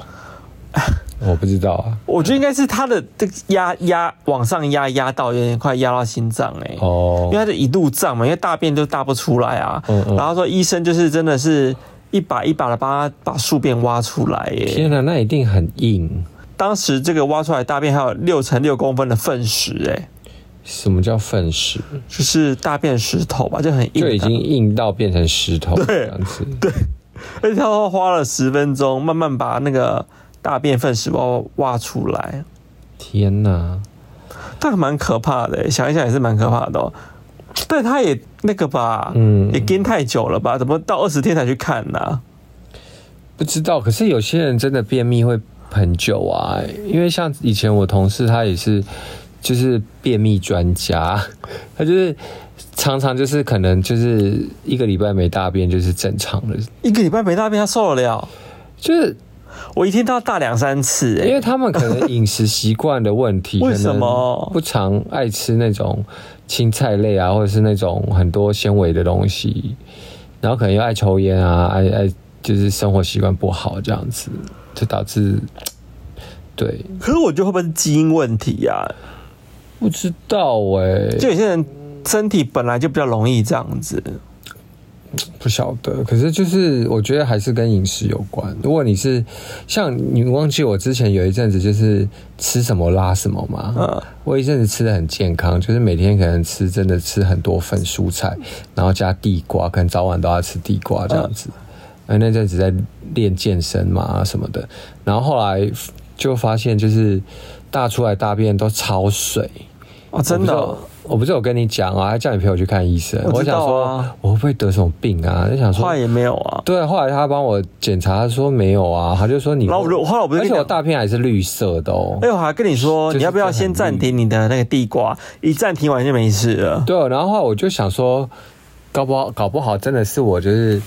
Speaker 3: 我不知道啊。
Speaker 1: 我觉得应该是他的这个压压往上压压到有点快压到心脏哎、
Speaker 3: 哦
Speaker 1: 因为，他就一肚胀嘛，因为大便就大不出来啊。
Speaker 3: 嗯嗯
Speaker 1: 然后说医生就是真的是一把一把的帮他把宿便挖出来耶。
Speaker 3: 天哪，那一定很硬。
Speaker 1: 当时这个挖出来的大便还有六乘六公分的粪石哎，
Speaker 3: 什么叫粪石？
Speaker 1: 就是大便石头吧，就很硬、啊。
Speaker 3: 就已经硬到变成石头这样子。
Speaker 1: 而且他说花了十分钟慢慢把那个大便粪石挖挖出来，
Speaker 3: 天哪，
Speaker 1: 但蛮可怕的耶，想一想也是蛮可怕的哦。但他也那个吧，
Speaker 3: 嗯
Speaker 1: 也跟太久了吧？怎么到二十天才去看呢、
Speaker 3: 不知道。可是有些人真的便秘会很久啊，因为像以前我同事他也是，就是便秘专家， 他就是常常就是可能就是一个礼拜没大便就是正常的，
Speaker 1: 一个礼拜没大便，他受得了？
Speaker 3: 就是
Speaker 1: 我一天都要大两三次、
Speaker 3: 因为
Speaker 1: 哎，
Speaker 3: 他们可能饮食习惯的问题，
Speaker 1: 为什么
Speaker 3: 可能不常爱吃那种青菜类啊，或者是那种很多纤维的东西，然后可能又爱抽烟啊，爱爱就是生活习惯不好这样子，就导致对
Speaker 1: 可是我觉得会不会是基因问题呀、
Speaker 3: 不知道哎、
Speaker 1: 就有些人身体本来就比较容易这样子。
Speaker 3: 不晓得，可是就是我觉得还是跟饮食有关。如果你是像你忘记我之前有一阵子就是吃什么拉什么嘛，
Speaker 1: 嗯
Speaker 3: 我有一阵子吃的很健康，就是每天可能吃真的吃很多份蔬菜，然后加地瓜，可能早晚都要吃地瓜这样子。而那阵子在练健身嘛什么的，然后后来就发现就是大出来大便都超水，
Speaker 1: 哦，真的
Speaker 3: 我
Speaker 1: 哦、
Speaker 3: 不是有我不是有跟你讲啊，还叫你陪我去看医生。
Speaker 1: 我
Speaker 3: 我
Speaker 1: 知
Speaker 3: 想
Speaker 1: 道啊
Speaker 3: 说，我会不会得什么病啊？就想说
Speaker 1: 话，也没有啊。
Speaker 3: 对。后来他帮我检查，他说没有啊，他就说你。
Speaker 1: 然后我就后来我不是
Speaker 3: 而
Speaker 1: 跟你
Speaker 3: 且我
Speaker 1: 讲，
Speaker 3: 大片还是绿色的哦。
Speaker 1: 哎、我还跟你说，
Speaker 3: 就是
Speaker 1: 你要不要先暂停你的那个地瓜？一暂停完就没事了。
Speaker 3: 对，啊然后后来我就想说，搞不好搞不好真的是我就是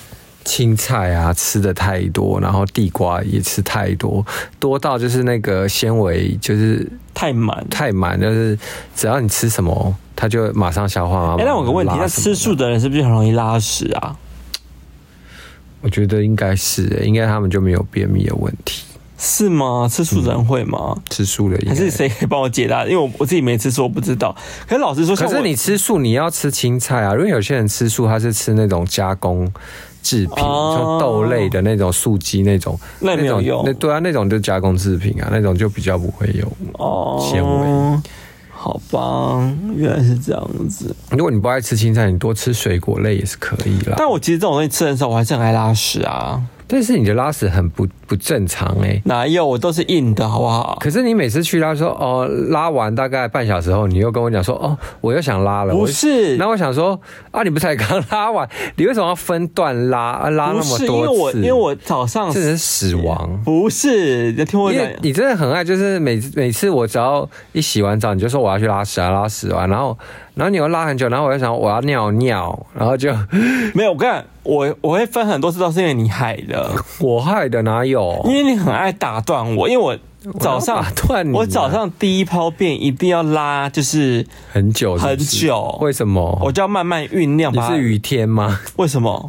Speaker 3: 青菜啊吃的太多，然后地瓜也吃太多，多到就是那个纤维就是
Speaker 1: 太满。
Speaker 3: 太满，就是只要你吃什么，它就马上消化啊。
Speaker 1: 哎、那我有个问题，
Speaker 3: 拉
Speaker 1: 那
Speaker 3: 什么
Speaker 1: 吃素的人是不是很容易拉屎啊？
Speaker 3: 我觉得应该是、欸，应该他们就没有便秘的问题。
Speaker 1: 是吗？吃素的人会吗？
Speaker 3: 吃素的应
Speaker 1: 还
Speaker 3: 该
Speaker 1: 是？谁可以帮我解答？因为我我自己没吃素，我不知道。可是老实说，像
Speaker 3: 可
Speaker 1: 我
Speaker 3: 是你吃素，你要吃青菜啊，因为有些人吃素，他是吃那种加工制品，
Speaker 1: 哦
Speaker 3: 像豆类的那种素鸡那种，
Speaker 1: 那也没有
Speaker 3: 种
Speaker 1: 用
Speaker 3: 那对啊，那种就加工制品啊，那种就比较不会有。纤
Speaker 1: 哦
Speaker 3: 维，
Speaker 1: 好吧，原来是这样子。
Speaker 3: 如果你不爱吃青菜，你多吃水果类也是可以啦。
Speaker 1: 但我其实这种东西吃很少，我还是很爱拉屎啊。
Speaker 3: 但是你的拉屎很不不正常哎、
Speaker 1: 哪有？我都是硬的，好不好？
Speaker 3: 可是你每次去拉说哦，拉完大概半小时后，你又跟我讲说哦，我又想拉了。
Speaker 1: 不
Speaker 3: 我
Speaker 1: 是
Speaker 3: 那我想说啊，你不才刚拉完，你为什么要分段拉啊？拉
Speaker 1: 不
Speaker 3: 那么
Speaker 1: 是，因为
Speaker 3: 多
Speaker 1: 我
Speaker 3: 次？
Speaker 1: 因为我嗯早上
Speaker 3: 真的是死亡。
Speaker 1: 不是，你听我
Speaker 3: 嗯因
Speaker 1: 讲
Speaker 3: 为，你真的很爱，就是每次每次我只要一洗完澡，你就说我要去拉屎啊，拉屎完，然后然后你又拉很久，然后我又想我要尿尿，然后就
Speaker 1: 没有。我跟你讲，我我会分很多次，都是因为你害的。
Speaker 3: 我害的哪有
Speaker 1: 因？为你很爱打断我，因为我早上
Speaker 3: 我哪有打断你啊
Speaker 1: 我早上第一泡便一定要拉，就是
Speaker 3: 很久是不是
Speaker 1: 很久
Speaker 3: 为什么？
Speaker 1: 我就要慢慢酝酿
Speaker 3: 你
Speaker 1: 吧。
Speaker 3: 是雨天吗？
Speaker 1: 为什么？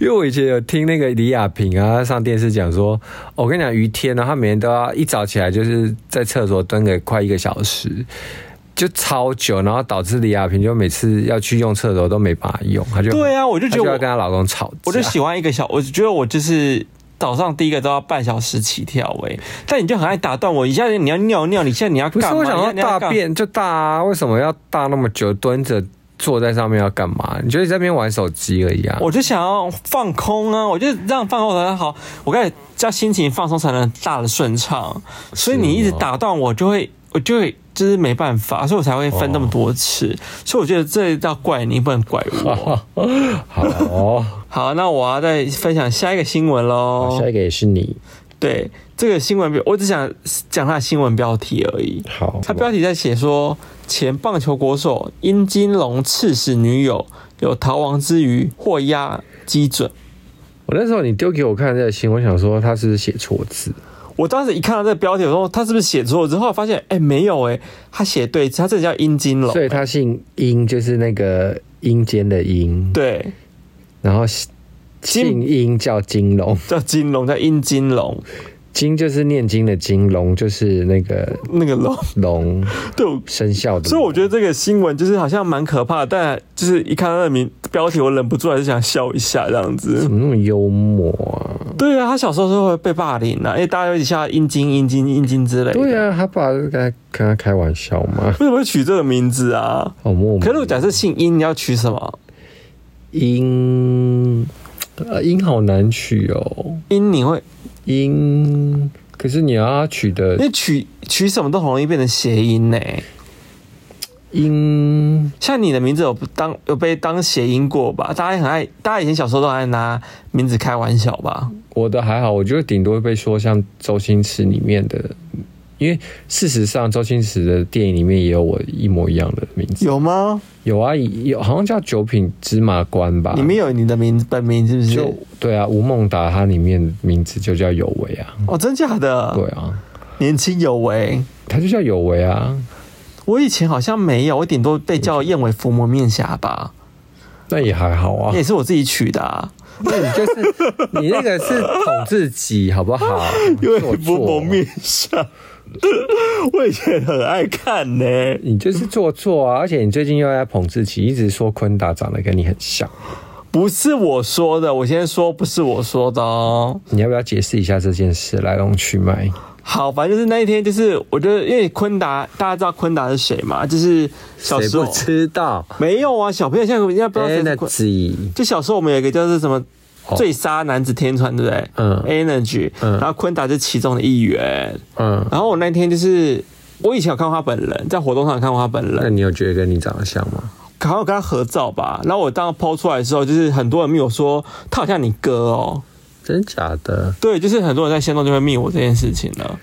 Speaker 3: 因为我以前有听那个李亚平啊，他上电视讲说，哦我跟你讲，于天呢、他每天都要一早起来就是在厕所蹲个快一个小时，就超久，然后导致李亚平就每次要去用厕所都没办法用，他就
Speaker 1: 对啊我就觉得
Speaker 3: 她
Speaker 1: 我
Speaker 3: 要跟她老公吵架，
Speaker 1: 我就喜欢一个小，我觉得我就是早上第一个都要半小时起跳哎、但你就很爱打断我，一下子你要尿尿，你现在你要
Speaker 3: 不
Speaker 1: 干
Speaker 3: 是
Speaker 1: 嘛？
Speaker 3: 我想
Speaker 1: 一下
Speaker 3: 要
Speaker 1: 你要
Speaker 3: 大
Speaker 1: 干嘛，
Speaker 3: 便就大啊，为什么要大那么久？蹲着坐在上面要干嘛？你就在那边玩手机而已啊。
Speaker 1: 我就想要放空啊，我就让放空才好，我感觉要心情放松才能大的顺畅，所以你一直打断我就会，我就会。就是没办法，所以我才会分那么多次。
Speaker 3: 哦
Speaker 1: 所以我觉得这要怪你，不能怪 我。
Speaker 3: 好、哦，
Speaker 1: 好，那我要再分享下一个新闻喽。
Speaker 3: 下一个也是你。
Speaker 1: 对，这个新闻标，我只想讲它的新闻标题而已。
Speaker 3: 好，
Speaker 1: 它标题在写说，前棒球国手殷金龙刺死女友，有逃亡之余获押基准。
Speaker 3: 我那时候你丢给我看这个新闻，我想说他是不是写错字？
Speaker 1: 我当时一看到这个标题，我说他是不是写错？之后发现，哎、没有哎、他写对，他这里叫殷金龙。
Speaker 3: 所以他姓殷，就是那个阴间的阴，
Speaker 1: 对，
Speaker 3: 然后姓姓殷叫金龙，
Speaker 1: 叫金龙，叫殷金龙，
Speaker 3: 金就是念经的金，龙就是那个
Speaker 1: 那个龙。
Speaker 3: 龙
Speaker 1: 对，我
Speaker 3: 生肖的龙。
Speaker 1: 所以我觉得这个新闻就是好像蛮可怕的，但就是一看到那个名标题，我忍不住还是想笑一下这样子。
Speaker 3: 怎么那么幽默啊？
Speaker 1: 对啊，他小时候是会被霸凌的、啊，因为大家会一下阴茎、阴茎、阴茎之类的。
Speaker 3: 对，啊，他爸在跟他开玩笑嘛，
Speaker 1: 为什么会取这个名字啊？
Speaker 3: 好莫名。
Speaker 1: 可是我假设姓殷，你要取什么？
Speaker 3: 音，呃，音好难取哦，
Speaker 1: 殷你会，
Speaker 3: 音。可是你要他取
Speaker 1: 因
Speaker 3: 的
Speaker 1: 为取取什么都很容易变成谐音呢、
Speaker 3: 音，
Speaker 1: 像你的名字有当有被当谐音过吧？大家很爱，大家以前小时候都很爱拿名字开玩笑吧？
Speaker 3: 我的还好，我觉得顶多会被说像周星驰里面的，因为事实上周星驰的电影里面也有我一模一样的名字，
Speaker 1: 有吗？
Speaker 3: 有啊，有好像叫九品芝麻官吧，
Speaker 1: 里面有你的名字本名是不？
Speaker 3: 就是对啊，吴孟达他里面名字就叫有为啊，
Speaker 1: 哦，真假的？
Speaker 3: 对啊，
Speaker 1: 年轻有为。
Speaker 3: 他就叫有为啊，
Speaker 1: 我以前好像没有，我顶多被叫燕尾伏魔面侠吧，
Speaker 3: 那也还好啊
Speaker 1: 那也，是我自己取的、啊。
Speaker 3: 那你就是你那个是捅自己好不 好？
Speaker 1: 因为
Speaker 3: 做
Speaker 1: 不蒙面侠， 我以前很爱看呢、
Speaker 3: 你就是做作啊！而且你最近又在捧自己，一直说昆达长得跟你很像，
Speaker 1: 不是我说的，我先说不是我说的哦。
Speaker 3: 你要不要解释一下这件事来龙去脉？
Speaker 1: 好，反正就是那一天，就是我觉得，因为昆达，大家知道昆达是谁吗？就是小
Speaker 3: 谁
Speaker 1: 时
Speaker 3: 不
Speaker 1: 候
Speaker 3: 知道
Speaker 1: 没有啊，小朋友现在人家不知道谁是昆，
Speaker 3: ？Energy
Speaker 1: 就小时候我们有一个叫做什么。
Speaker 3: 哦
Speaker 1: 最杀男子天团，对不对？
Speaker 3: 嗯
Speaker 1: ，Energy，
Speaker 3: 嗯
Speaker 1: 然后昆达是其中的一员。
Speaker 3: 嗯，
Speaker 1: 然后我那天就是，我以前有看过他本人，在活动上有看过他本人
Speaker 3: 那。你有觉得跟你长得像吗？
Speaker 1: 好像跟他合照吧。然后我当时抛出来的时候，就是很多人密我说他好像你哥哦，
Speaker 3: 真假的？
Speaker 1: 对，就是很多人在线动就会密我这件事情了。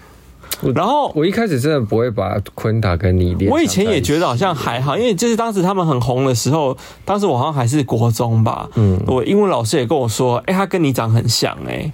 Speaker 1: 然后
Speaker 3: 我一开始真的不会把昆达跟你连。
Speaker 1: 我以前也觉得好像还好，因为就是当时他们很红的时候，当时我好像还是国中吧。嗯，我英文老师也跟我说，哎、他跟你长很像哎、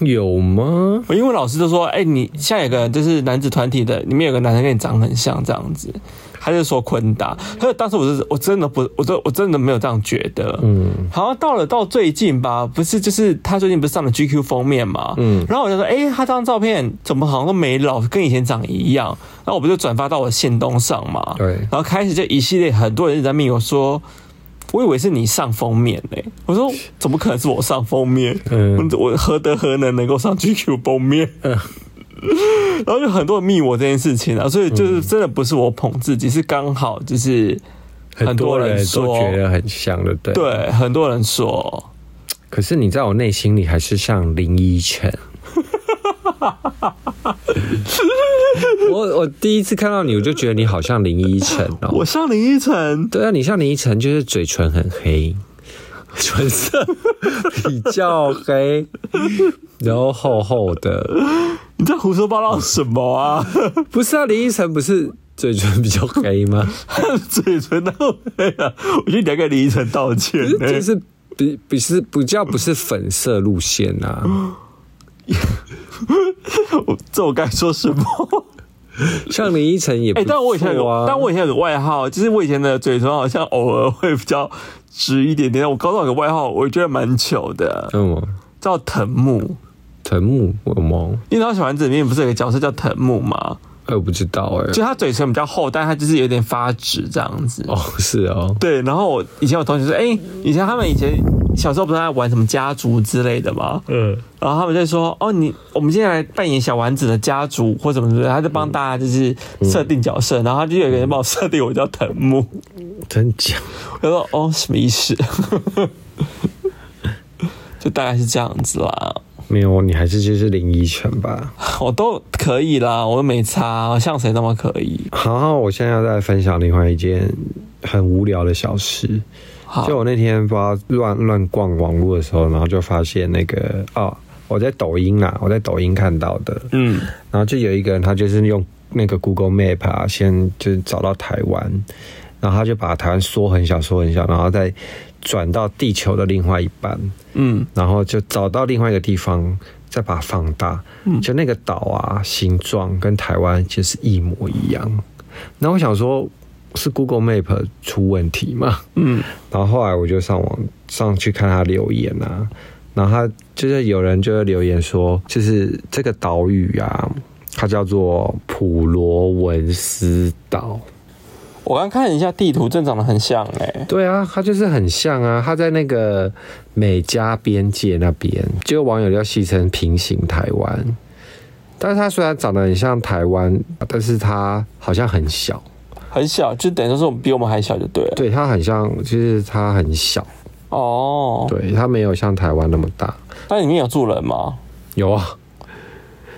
Speaker 3: 有吗？
Speaker 1: 我英文老师就说，哎、你现在有个就是男子团体的，里面有个男生跟你长很像这样子。他就说昆达，他就当时我是我真的不，我真我真的没有这样觉得，嗯，好像到了到最近吧，不是就是他最近不是上了 GQ 封面嘛，嗯，然后我就说，哎、他这张照片怎么好像都没老，跟以前长一样，然后我不就转发到我的线东上嘛，
Speaker 3: 对
Speaker 1: 然后开始就一系列很多人一直在密我说。我以为是你上封面嘞、我说怎么可能是我上封面？
Speaker 3: 嗯
Speaker 1: 我我何德何能能够上 GQ 封面？ 然后就很多人密我这件事情啊，所以就是真的不是我捧自己，是刚好就是
Speaker 3: 很多人
Speaker 1: 很多人
Speaker 3: 都
Speaker 1: 说
Speaker 3: 觉得很像，对不对？。
Speaker 1: 对很多人说，
Speaker 3: 可是你在我内心里还是像林依 晨。我我第一次看到你，我就觉得你好像林依晨哦
Speaker 1: 我。上林依晨，
Speaker 3: 对啊，你像林依晨，就是嘴唇很黑，唇色比较黑，然后厚厚的。
Speaker 1: 你在胡说八道什么啊？
Speaker 3: 不是啊，林依晨不是嘴唇比较 黑吗？
Speaker 1: 嘴唇都黑了，我觉得你要跟林依晨道歉欸呢、
Speaker 3: 就是比比是比较不是粉色路线啊，
Speaker 1: 我这我该说什么？
Speaker 3: 像林依晨也不
Speaker 1: 哎、
Speaker 3: 错啊。
Speaker 1: 但我以前有个，但我以前有个外号，就是我以前的嘴唇好像偶尔会比较直一点点。我高中有个外号，我觉得蛮糗的，
Speaker 3: 什么
Speaker 1: 叫藤木。
Speaker 3: 嗯藤木我萌。
Speaker 1: 樱桃小丸子里面不是有个角色叫藤木吗？
Speaker 3: 哎、我不知道哎、
Speaker 1: 就他嘴唇比较厚，但他就是有点发直这样子。
Speaker 3: 哦，是哦，
Speaker 1: 对，然后我以前有同学说，哎、以前他们以前小时候不是在玩什么家族之类的吗？
Speaker 4: 嗯，
Speaker 1: 然后他们就说：“哦，你我们今天来扮演小丸子的家族或什么之类的。”他就帮大家就是
Speaker 3: 嗯
Speaker 1: 设定角色，然后他就有一个人帮我设定，我叫藤木。
Speaker 3: 真假？
Speaker 1: 我说：“哦，什么意思？” 就大概是这样子啦，
Speaker 3: 没有，你还是就是林依晨吧。
Speaker 1: 我都可以啦，我又没差，我像谁那么可以。
Speaker 3: 好，我现在要再分享另外一件很无聊的小事。
Speaker 1: 好
Speaker 3: 就我那天不知道乱乱逛网络的时候，然后就发现那个哦，我在抖音啊，我在抖音看到的，
Speaker 1: 嗯，
Speaker 3: 然后就有一个人，他就是用那个 Google Map 啊，先就是找到台湾，然后他就把台湾缩很小，缩很小，然后再转到地球的另外一半，
Speaker 1: 嗯，
Speaker 3: 然后就找到另外一个地方，再把它放大，
Speaker 1: 嗯
Speaker 3: 就那个岛啊，形状跟台湾其实一模一样。那我想说，是 Google Map 出问题吗？
Speaker 1: 嗯，
Speaker 3: 然后后来我就上网上去看他留言啊，然后他就是有人就会留言说，就是这个岛屿啊，它叫做普罗文斯岛。
Speaker 1: 我刚看了一下地图，真长得很像哎、
Speaker 3: 对啊，它就是很像啊，它在那个美加边界那边，就有网友要戏称平行台湾。但是它虽然长得很像台湾，但是它好像很小，
Speaker 1: 很小，就等于说是我们比我们还小就对了。
Speaker 3: 对，它很像，就是它很小，
Speaker 1: 哦，
Speaker 3: 对，它没有像台湾那么大。
Speaker 1: 那里面有住人吗？
Speaker 3: 有啊，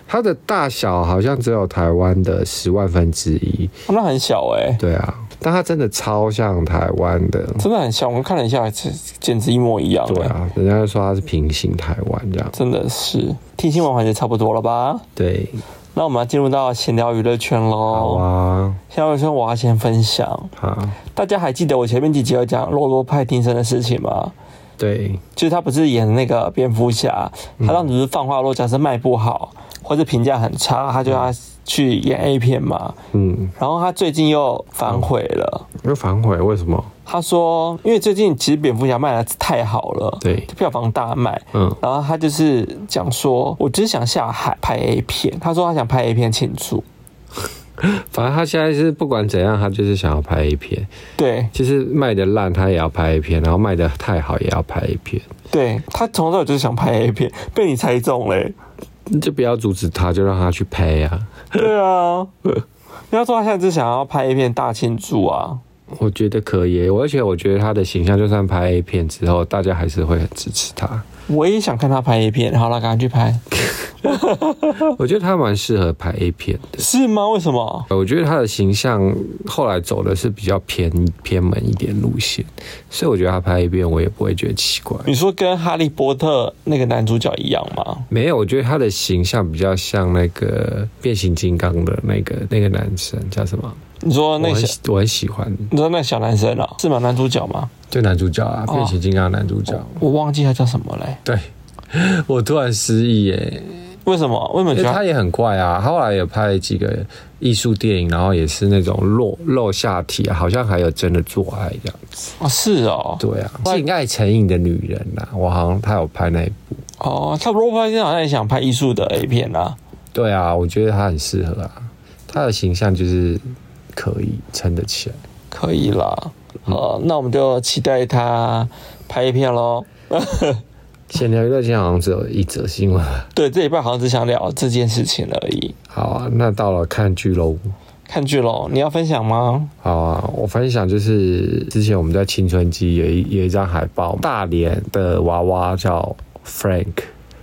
Speaker 3: 它的大小好像只有台湾的十万分之一。
Speaker 1: 哦那很小哎、
Speaker 3: 对啊，但它真的超像台湾的。
Speaker 1: 真的很像。我们看了一下，这简直一模一样。欸
Speaker 3: 对，啊，人家就说它是平行台湾这样。
Speaker 1: 真的是。听新闻环节差不多了吧？
Speaker 3: 对，
Speaker 1: 那我们要进入到闲聊娱乐圈
Speaker 3: 好
Speaker 1: 喽。
Speaker 3: 啊，
Speaker 1: 闲聊娱乐圈我要先分享，
Speaker 3: 好，
Speaker 1: 大家还记得我前面几集有讲洛洛派听声的事情吗？
Speaker 3: 对，
Speaker 1: 就是他不是演那个蝙蝠侠，他当时不是放话洛假是卖不好或者评价很差，他就要去演 A 片嘛。
Speaker 3: 嗯，
Speaker 1: 然后他最近又反悔了。
Speaker 3: 又反悔，为什么？
Speaker 1: 他说，因为最近其实蝙蝠侠卖的太好了，
Speaker 3: 对
Speaker 1: 票房大卖。
Speaker 3: 嗯
Speaker 1: 然后他就是讲说，我只是想下海拍 A 片。他说他想拍 A 片庆祝，
Speaker 3: 反正他现在是不管怎样，他就是想要拍 A 片。
Speaker 1: 对
Speaker 3: 其实卖的烂，他也要拍 A 片，然后卖的太好，也要拍 A 片。
Speaker 1: 对，他从头到尾就是想拍 A 片，被你猜中欸嘞。
Speaker 3: 你就不要阻止他，就让他去拍啊。
Speaker 1: 对啊，人家说他现在只想要拍 A 片大庆祝啊。
Speaker 3: 我觉得可以，而且我觉得他的形象，就算拍 A 片之后，大家还是会很支持他。
Speaker 1: 我也想看他拍 A 片，好了，赶快去拍，
Speaker 3: 我觉得他蛮适合拍 A 片的。
Speaker 1: 是吗？为什么？
Speaker 3: 我觉得他的形象后来走的是比较偏偏门一点路线，所以我觉得他拍 A 片，我也不会觉得奇怪。
Speaker 1: 你说跟哈利波特那个男主角一样吗？
Speaker 3: 没有，我觉得他的形象比较像那个变形金刚的那个那个男生叫什么？
Speaker 1: 你说那
Speaker 3: 我
Speaker 1: 个小，
Speaker 3: 很喜我很喜欢，
Speaker 1: 你说那个小男生啊，是吗？男主角吗？
Speaker 3: 就男主角啊，变形金刚的男主角。
Speaker 1: 我忘记他叫什么嘞？
Speaker 3: 对， 我突然失忆耶，
Speaker 1: 为什么？为什么
Speaker 3: 因
Speaker 1: 觉得
Speaker 3: 为他
Speaker 1: 他
Speaker 3: 也很怪啊，他后来也拍了几个艺术电影，然后也是那种露露下体、啊，好像还有真的做爱这样子。
Speaker 1: 哦是哦，
Speaker 3: 对啊，性爱成瘾的女人呐、啊，我好像他有拍那一部。
Speaker 1: 哦，他罗伯特好像也想拍艺术的 A 片啊。
Speaker 3: 对啊，我觉得他很适合啊，他的形象就是可以撑得起来。
Speaker 1: 可以啦，
Speaker 3: 嗯
Speaker 1: 呃，那我们就期待他拍 A 片喽。
Speaker 3: 闲聊娱乐圈好像只有一则新闻。
Speaker 1: 对，这礼拜好像只想聊这件事情而已。
Speaker 3: 好啊，那到了看剧喽。
Speaker 1: 看剧喽，你要分享吗？
Speaker 3: 好啊，我分享就是之前我们在青春期有一有一张海报，大连的娃娃叫 Frank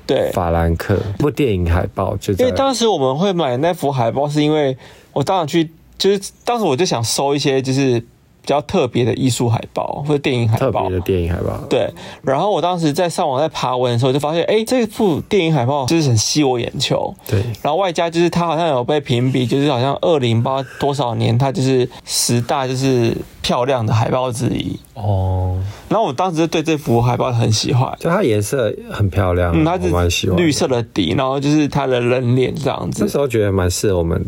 Speaker 1: 对，
Speaker 3: 法兰克，部电影海报就
Speaker 1: 因
Speaker 3: 在
Speaker 1: 为当时我们会买那幅海报，是因为我当时去，就是当时我就想收一些就是比较特别的艺术海报或者电影海
Speaker 3: 特
Speaker 1: 报
Speaker 3: 别。的电影海报。
Speaker 1: 对，然后我当时在上网在爬文的时候，就发现，哎，这幅电影海报就是很吸我眼球。
Speaker 3: 对
Speaker 1: 然后外加就是它好像有被评比，就是好像二零八多少年，它就是十大就是漂亮的海报之一。
Speaker 3: 哦，
Speaker 1: 然后我当时就对这幅海报很喜欢，
Speaker 3: 就它颜色很漂亮，
Speaker 1: 嗯，
Speaker 3: 我蛮
Speaker 1: 它是
Speaker 3: 喜欢的
Speaker 1: 绿。色的底，然后就是它的人脸这样
Speaker 3: 那
Speaker 1: 子。
Speaker 3: 时候觉得蛮适合我们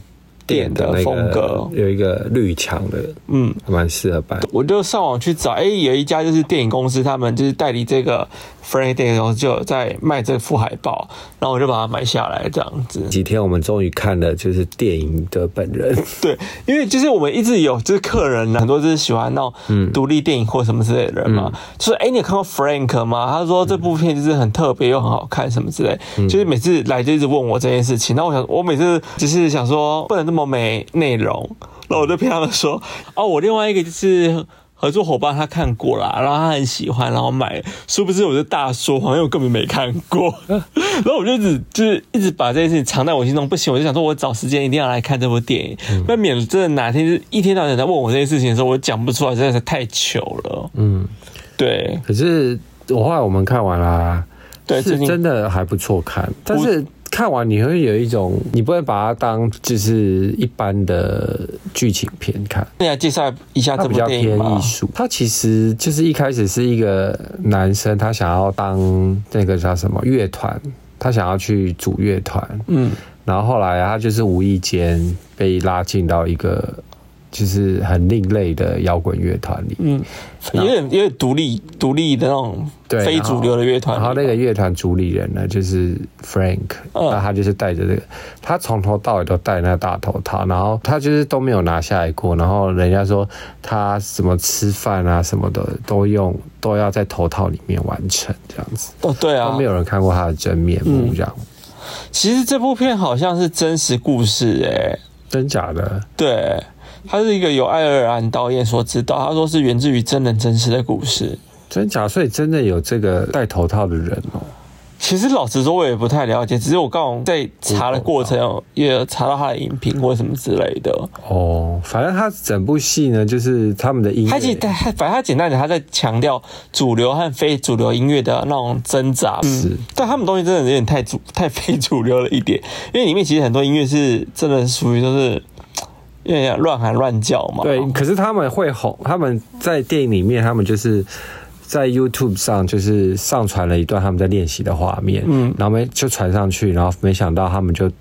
Speaker 1: 店的
Speaker 3: 那个
Speaker 1: 风格
Speaker 3: 有一个绿墙的，
Speaker 1: 嗯，
Speaker 3: 还蛮适合摆。
Speaker 1: 我就上网去找，哎、有一家就是电影公司，他们就是代理这个 Friendly Day，然后就有在卖这副海报，然后我就把它买下来，这样子。
Speaker 3: 几天我们终于看了就是电影的本人，
Speaker 1: 对，因为就是我们一直有就是客人啊很多就是喜欢那种独立电影或什么之类的人嘛，就是哎、诶你有看过 Frank 吗？他说这部片就是很特别又很好看什么之类，就是每次来就一直问我这件事情，那我想我每次只是想说不能那么没内容，然后我就骗他们说哦，我另外一个就是。合作伙伴他看过啦，然后他很喜欢，然后买，殊不知我就大说谎，因为我根本没看过，
Speaker 3: 嗯
Speaker 1: 然后我就只就是一直把这件事情藏在我心中，不行，我就想说，我找时间一定要来看这部电影，
Speaker 3: 嗯
Speaker 1: 那、免得真的哪天就是一天到晚在问我这件事情的时候，我讲不出来，真的是太糗了。
Speaker 3: 嗯，
Speaker 1: 对
Speaker 3: 可是我后来我们看完啦，
Speaker 1: 对，最
Speaker 3: 是
Speaker 1: 近
Speaker 3: 真的还不错看，但是看完你会有一种，你不会把它当就是一般的剧情片看，
Speaker 1: 那你来介绍一下
Speaker 3: 它
Speaker 1: 这
Speaker 3: 比
Speaker 1: 部
Speaker 3: 较
Speaker 1: 电影
Speaker 3: 偏
Speaker 1: 吧
Speaker 3: 艺。术。它其实就是一开始是一个男生，他想要当那个叫什么乐团，他想要去组乐团，
Speaker 1: 嗯
Speaker 3: 然后后来啊他就是无意间被拉进到一个就是很另类的摇滚乐团里，
Speaker 1: 嗯，有点有点独立独立的那种
Speaker 3: 对
Speaker 1: 非主流的乐团，
Speaker 3: 然后那个乐团主理人呢，就是 Frank，
Speaker 1: 嗯
Speaker 3: 那他就是戴着这个，他从头到尾都戴那个大头套，然后他就是都没有拿下来过。然后人家说他什么吃饭啊什么的都用都要在头套里面完成这样子，
Speaker 1: 哦对
Speaker 3: 都
Speaker 1: 啊嗯
Speaker 3: 没，有人看过他的真面目这样，
Speaker 1: 其实这部片好像是真实故事诶、
Speaker 3: 真假的？
Speaker 1: 对，它是一个由爱尔兰导演所指导，他说是源自于真人真事的故事。
Speaker 3: 真假？所以真的有这个戴头套的人哦、
Speaker 1: 其实老实说，我也不太了解，只是我刚好在查的过程有也有查到他的影评或什么之类的。
Speaker 3: 哦，反正他整部戏呢，就是他们的音乐，
Speaker 1: 他其实他反正他简单点，他在强调主流和非主流音乐的那种挣扎。
Speaker 3: 是
Speaker 1: 嗯，但他们东西真的有点太主 太非主流了一点，因为里面其实很多音乐是真的属于就是有点像乱喊乱叫嘛。
Speaker 3: 对，可是他们会红，他们在电影里面，他们就是在 YouTube 上就是上传了一段他们在练习的画面，嗯，然后没就传上去，然后没想到他们就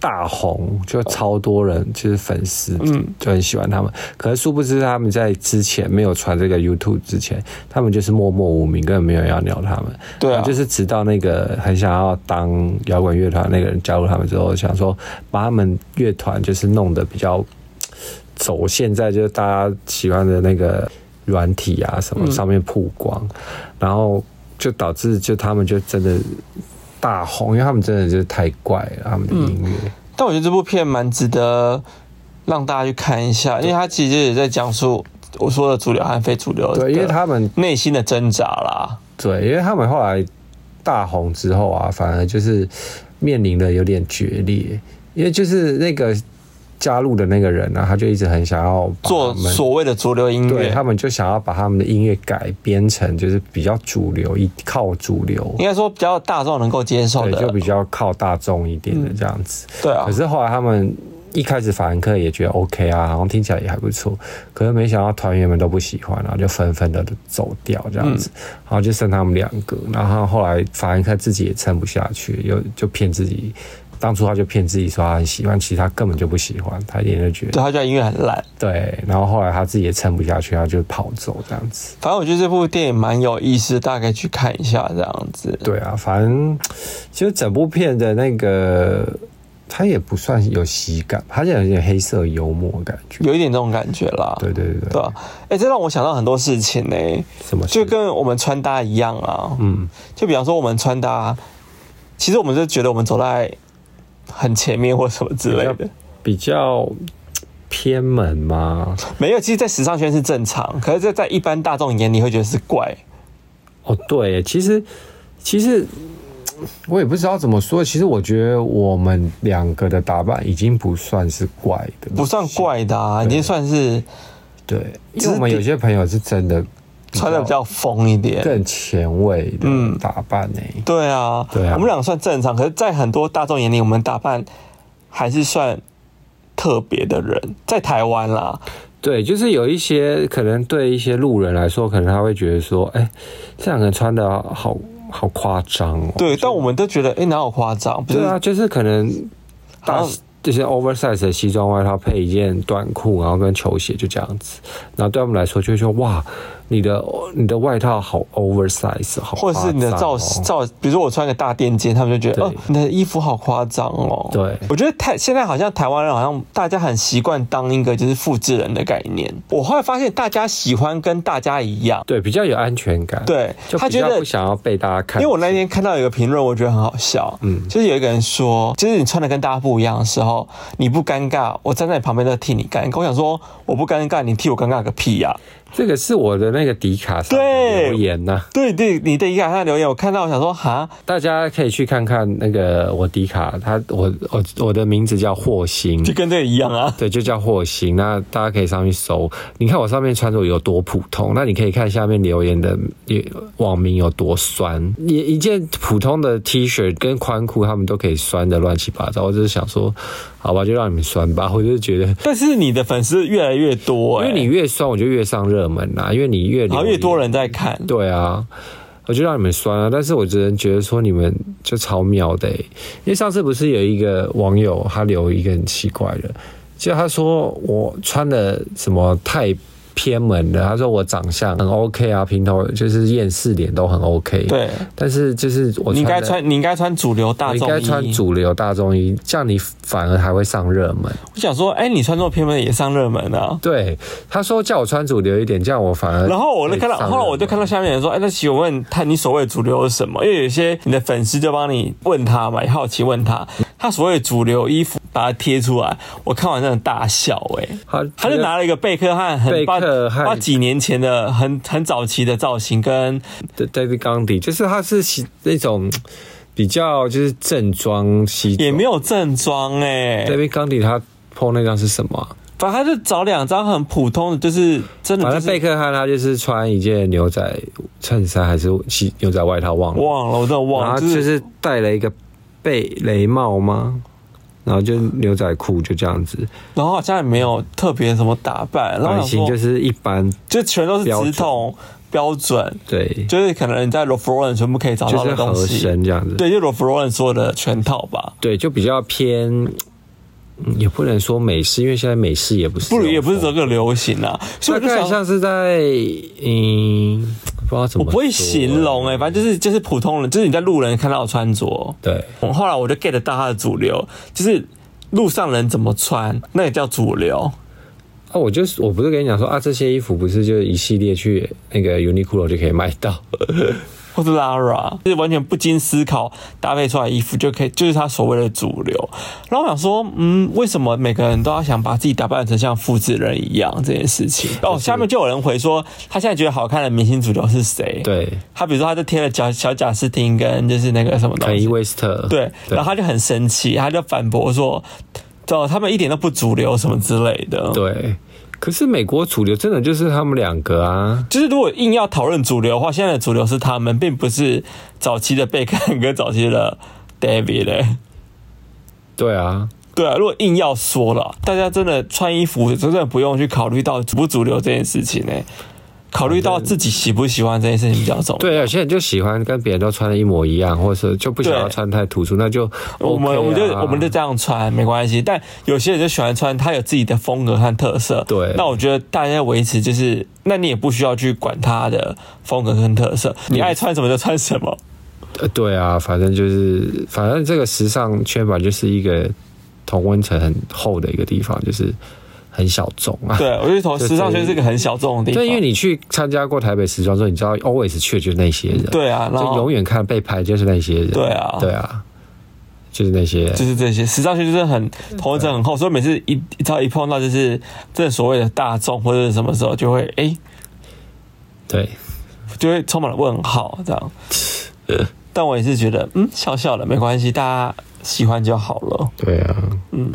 Speaker 3: 大红，就超多人就是粉丝，嗯，就很喜欢他们。可是殊不知他们在之前没有传这个 YouTube 之前，他们就是默默无名，根本没有人要鸟他们。
Speaker 1: 对啊
Speaker 3: 就是直到那个很想要当摇滚乐团那个人加入他们之后，想说把他们乐团就是弄得比较走现在就是大家喜欢的那个软体啊什么上面曝光，然后就导致就他们就真的大红，因为他们真的就是太怪了，他们的音乐。
Speaker 1: 但我觉得这部片蛮值得让大家去看一下，因为它其实也在讲述我说的主流和非主流的
Speaker 3: 对，因为他们
Speaker 1: 内心的挣扎啦。
Speaker 3: 对，因为他们后来大红之后啊，反而就是面临的有点决裂，因为就是那个加入的那个人呢、啊，他就一直很想要把
Speaker 1: 做
Speaker 3: 他们
Speaker 1: 所谓的主流音
Speaker 3: 啊对
Speaker 1: 乐
Speaker 3: 他，们就想要把他们的音乐改编成就是比较主流，一靠主流
Speaker 1: 应，该说比较大众能够接受
Speaker 3: 对，
Speaker 1: 的
Speaker 3: 就，比较靠大众一点的这样子。
Speaker 1: 对啊
Speaker 3: 可。是后来他们一开始法兰克也觉得 OK 啊，好像听起来也还不错，可是没想到团员们都不喜欢，然后就纷纷的走掉这样子，
Speaker 1: 嗯
Speaker 3: 然后就剩他们两个，然后后来法兰克自己也撑不下去，又就骗自己，当初他就骗自己说他很喜欢，其实他根本就不喜欢，他一点就觉
Speaker 1: 对
Speaker 3: 得
Speaker 1: 他觉得音乐很烂，
Speaker 3: 对，然后后来他自己也撑不下去，他就跑走这样子。
Speaker 1: 反正我觉得这部电影蛮有意思，大概去看一下这样子。
Speaker 3: 对啊，反正其实整部片的那个。他也不算有喜感，他就有点黑色幽默的感觉。
Speaker 1: 有一点这种感觉啦，
Speaker 3: 对对对对
Speaker 1: 对啊，哎、这让我想到很多事情呢、
Speaker 3: 什么事
Speaker 1: 就跟我们穿搭一样啊，
Speaker 3: 嗯，
Speaker 1: 就比方说我们穿搭，其实我们就觉得我们走在很前面或什么之类的，
Speaker 3: 比较偏门吗？
Speaker 1: 没有，其实，在时尚圈是正常，可是在在一般大众眼里会觉得是怪，
Speaker 3: 哦，对，其实其实我也不知道怎么说。其实我觉得我们两个的打扮已经不算是怪的，
Speaker 1: 不算怪的啊，已经算是
Speaker 3: 对，因为我们有些朋友是真的
Speaker 1: 穿的比较疯一点。
Speaker 3: 更前卫的打扮呢、
Speaker 1: 对啊，
Speaker 3: 对啊
Speaker 1: 我们俩算正常，可是，在很多大众眼里，我们打扮还是算特别的人，在台湾啦，
Speaker 3: 对，就是有一些可能对一些路人来说，可能他会觉得说，哎、这两个人穿的好好夸张哦。
Speaker 1: 对，但我们都觉得，哎、哪有夸张？不是
Speaker 3: 对啊，就是可能大
Speaker 1: 好像
Speaker 3: 这些 oversize 的西装外套配一件短裤，然后跟球鞋就这样子。然后对他们来说，就会说哇，你的你的外套好 oversize，好、哦，
Speaker 1: 或者是你的造型造，比如说我穿个大垫肩，他们就觉得
Speaker 3: 对
Speaker 1: 哦，你的衣服好夸张哦。
Speaker 3: 对
Speaker 1: 我觉得太现在好像台湾人好像大家很习惯当一个就是复制人的概念。我后来发现大家喜欢跟大家一样，
Speaker 3: 对，比较有安全感。
Speaker 1: 对
Speaker 3: 就
Speaker 1: 他
Speaker 3: 比
Speaker 1: 觉
Speaker 3: 较
Speaker 1: 得
Speaker 3: 不想要被大家看
Speaker 1: 因
Speaker 3: 见。
Speaker 1: 为我那天看到有个评论，我觉得很好笑，嗯，就是有一个人说，就是你穿的跟大家不一样的时候，你不尴尬，我站在你旁边都替你尴尬。我想说，我不尴尬，你替我尴尬个屁啊呀、
Speaker 3: 这个是我的那个迪卡上的
Speaker 1: 对
Speaker 3: 留言呐、
Speaker 1: 对对，你的一个他留言，我看到，我想说，哈，
Speaker 3: 大家可以去看看那个我迪卡，他我我我的名字叫霍星，
Speaker 1: 就跟这个一样啊。
Speaker 3: 对，就叫火星。那大家可以上去搜，你看我上面穿着有多普通，那你可以看下面留言的也网民有多酸。也一件普通的 T 恤跟宽裤，他们都可以酸的乱七八糟。我只是想说，好吧，就让你们酸吧。我就是觉得，
Speaker 1: 但是你的粉丝越来越多、欸，
Speaker 3: 因为你越酸，我就越上热门啊啦、因为你越
Speaker 1: 好
Speaker 3: 留
Speaker 1: 像越
Speaker 3: 言
Speaker 1: 多人在看，
Speaker 3: 对啊，我就让你们酸啊。但是我只能觉得说你们就超妙的欸、因为上次不是有一个网友他留一个很奇怪的，就他说我穿的什么太。偏门的，他说我长相很 OK 啊，平头就是厌世脸都很 OK。
Speaker 1: 对，
Speaker 3: 但是就是我
Speaker 1: 你应该
Speaker 3: 的，
Speaker 1: 穿，你应该穿主流大
Speaker 3: 我应
Speaker 1: 众
Speaker 3: 该
Speaker 1: 衣
Speaker 3: 穿主流大众衣，这样你反而还会上热门。
Speaker 1: 我想说，哎、你穿这么偏门的也上热门啊。
Speaker 3: 对，他说叫我穿主流一点，这样我反而
Speaker 1: 然后我就看到，
Speaker 3: 可以上
Speaker 1: 后来我就
Speaker 3: 热门
Speaker 1: 看到下面人说：“哎，那请问他你所谓的主流是什么？”因为有些你的粉丝就帮你问他嘛，也好奇问他，他所谓的主流衣服把它贴出来，我看完真的大笑哎、
Speaker 3: 他
Speaker 1: 他就拿了一个贝克汉很
Speaker 3: 贝
Speaker 1: 八
Speaker 3: 克汉
Speaker 1: 八几年前的很很早期的造型，跟
Speaker 3: 对 David Gandhi，就是他是西那种比较就是正装西装，
Speaker 1: 也没有正装哎、
Speaker 3: David Gandhi 他 PO 那张是什么啊、
Speaker 1: 反正他就找两张很普通的，就是真的嗯
Speaker 3: 反
Speaker 1: 就
Speaker 3: 正贝
Speaker 1: 是
Speaker 3: 克汉他就是穿一件牛仔衬衫还是西牛仔外套，忘了，
Speaker 1: 忘了，我真的
Speaker 3: 然
Speaker 1: 忘
Speaker 3: 后
Speaker 1: 了，
Speaker 3: 就是戴了一个贝雷帽吗？然后就牛仔裤就这样子，
Speaker 1: 然后好像也没有特别什么打扮，然后
Speaker 3: 版
Speaker 1: 想
Speaker 3: 型
Speaker 1: 说
Speaker 3: 就是一般，
Speaker 1: 就全都是
Speaker 3: 标
Speaker 1: 直
Speaker 3: 准
Speaker 1: 筒标准，
Speaker 3: 对，
Speaker 1: 就是可能你在 r o f r o n 全部可以找
Speaker 3: 就
Speaker 1: 到
Speaker 3: 是
Speaker 1: 的
Speaker 3: 合
Speaker 1: 东西。
Speaker 3: 身这样子，
Speaker 1: 对，就 r o f r o n 做的全套吧，
Speaker 3: 对，就比较偏，嗯也不能说美式，因为现在美式也不是
Speaker 1: 不如
Speaker 3: 这种
Speaker 1: 也不是
Speaker 3: 风
Speaker 1: 这个流行啊，所以
Speaker 3: 大
Speaker 1: 我就
Speaker 3: 概
Speaker 1: 想，
Speaker 3: 像是在嗯，不知道怎
Speaker 1: 我不
Speaker 3: 么说，欸
Speaker 1: 会形容哎、反正就是就是普通人，就是你在路人看到的穿着。
Speaker 3: 对
Speaker 1: 后来我就 get 到他的主流，就是路上人怎么穿，那也叫主流。
Speaker 3: 啊，我就是我不是跟你讲说啊，这些衣服不是就一系列去那个 Uniqlo 就可以买到，
Speaker 1: 或是 Lara，就是完全不经思考搭配出来的衣服就可以，就是他所谓的主流。然后我想说，嗯，为什么每个人都要想把自己打扮成像复制人一样这件事情？哦，下面就有人回说，他现在觉得好看的明星主流是谁？，
Speaker 3: 对，
Speaker 1: 他比如说他就贴了小小贾斯汀跟就是那个什么东
Speaker 3: 肯伊
Speaker 1: 西，
Speaker 3: 威斯特，
Speaker 1: 对，然后他就很生气，他就反驳说，哦，他们一点都不主流什么之类的。。
Speaker 3: 对，可是美国主流真的就是他们两个啊，
Speaker 1: 就是如果硬要讨论主流的话，现在的主流是他们，并不是早期的贝克汉跟早期的 David 嘞、
Speaker 3: 对啊，
Speaker 1: 对啊，如果硬要说了，大家真的穿衣服真的不用去考虑到主不主流这件事情呢、考虑到自己喜不喜欢这件事情比较重要。
Speaker 3: 对，有些人就喜欢跟别人都穿的一模一样，或者是就不想要
Speaker 1: 对
Speaker 3: 穿太突出，那就 OK 啊、
Speaker 1: 我们、我们就我们就这样穿没关系，但有些人就喜欢穿，他有自己的风格和特色。
Speaker 3: 对
Speaker 1: 那我觉得大家维持就是，那你也不需要去管他的风格跟特色，你爱穿什么就穿什么。
Speaker 3: 呃，对啊，反正就是，反正这个时尚圈吧，就是一个同温层很厚的一个地方，就是很小众 啊。
Speaker 1: 对，我就从时尚圈是一个很小众的地方。
Speaker 3: 对，因为你去参加过台北时装周，你知道 always 去的就是那些人，，
Speaker 1: 对啊，然
Speaker 3: 就
Speaker 1: 后
Speaker 3: 永远看被拍就是那些人，
Speaker 1: 对啊
Speaker 3: 对啊，就是那些人，
Speaker 1: 就是这些时尚圈就是很头层很厚，所以每次一只要一碰到就是这所谓的大众或者是什么时候，就会哎、诶
Speaker 3: 对，
Speaker 1: 就会充满了问号这样。
Speaker 3: 呃
Speaker 1: 但我也是觉得，嗯，笑笑的没关系，大家喜欢就好了。
Speaker 3: 对啊，嗯，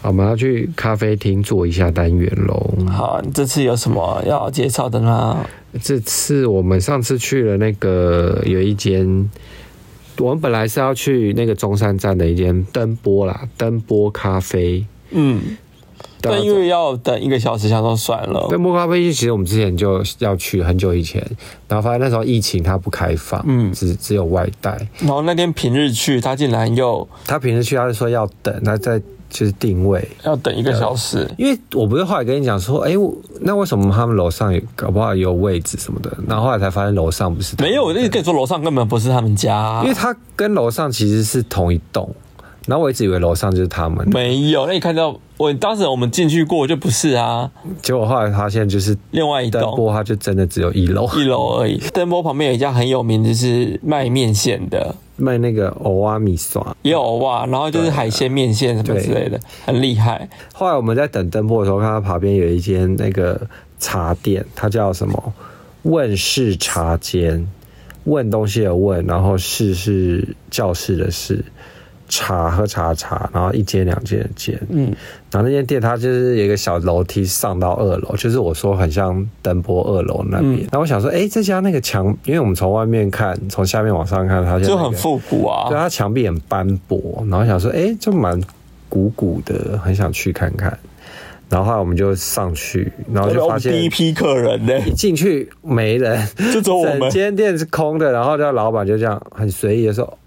Speaker 3: 好，我们要去咖啡厅做一下单元喽。
Speaker 1: 好，你这次有什么要介绍的呢？
Speaker 3: 这次我们上次去了那个有一间，我们本来是要去那个中山站的一间登波啦，登波咖啡。
Speaker 1: 嗯，
Speaker 3: 大
Speaker 1: 但
Speaker 3: 家
Speaker 1: 因为要等一个小时，想说算了。
Speaker 3: 登波咖啡其实我们之前就要去很久以前，然后发现那时候疫情它不开放，
Speaker 1: 嗯
Speaker 3: 只只有外带。
Speaker 1: 然后那天平日去，他竟然又
Speaker 3: 他平时去他是说要等，他在就是定位。
Speaker 1: 要等
Speaker 3: 啊
Speaker 1: 一个小时。
Speaker 3: 因为我不是后来跟你讲说，哎、我那为什么他们楼上有搞不好有位置什么的？然后后来才发现楼上不是他们
Speaker 1: 没有，我一直跟你说，楼上根本不是他们家啊
Speaker 3: 因，为它跟楼上其实是同一栋，然后我一直以为楼上就是他们，
Speaker 1: 没有。那你看到我当时我们进去过，就不是啊，
Speaker 3: 结果后来发现就是
Speaker 1: 另外一
Speaker 3: 灯
Speaker 1: 栋。
Speaker 3: 波，它就真的只有一楼
Speaker 1: 一楼而已，登波旁边有一家很有名，就是卖面线的，
Speaker 3: 卖那个欧阿米刷。
Speaker 1: 也有哇，然后就是海鲜面线什么之类的，很厉害。
Speaker 3: 后来我们在等灯波的时候，看到旁边有一间那个茶店，它叫什么？问世茶间，问东西的问，然后室是教室的室，茶喝茶的茶，然后一间两间的间，嗯，然后那间店它就是有一个小楼梯上到二楼，就是我说很像登波二楼那边。然后我想说，哎、这家那个墙，因为我们从外面看，从下面往上看，它就、那
Speaker 1: 就
Speaker 3: 个
Speaker 1: 很复古
Speaker 3: 对，
Speaker 1: 啊。
Speaker 3: 它墙壁很斑驳，然后想说，哎、这蛮鼓鼓的，很想去看看。然后后来我们就上去，然后
Speaker 1: 我
Speaker 3: 就发
Speaker 1: 们第一
Speaker 3: 现
Speaker 1: 批客人 呢、
Speaker 3: 一进去没人，
Speaker 1: 就只有我
Speaker 3: 整
Speaker 1: 们。
Speaker 3: 间店是空的。然后这老板就这样很随意的说。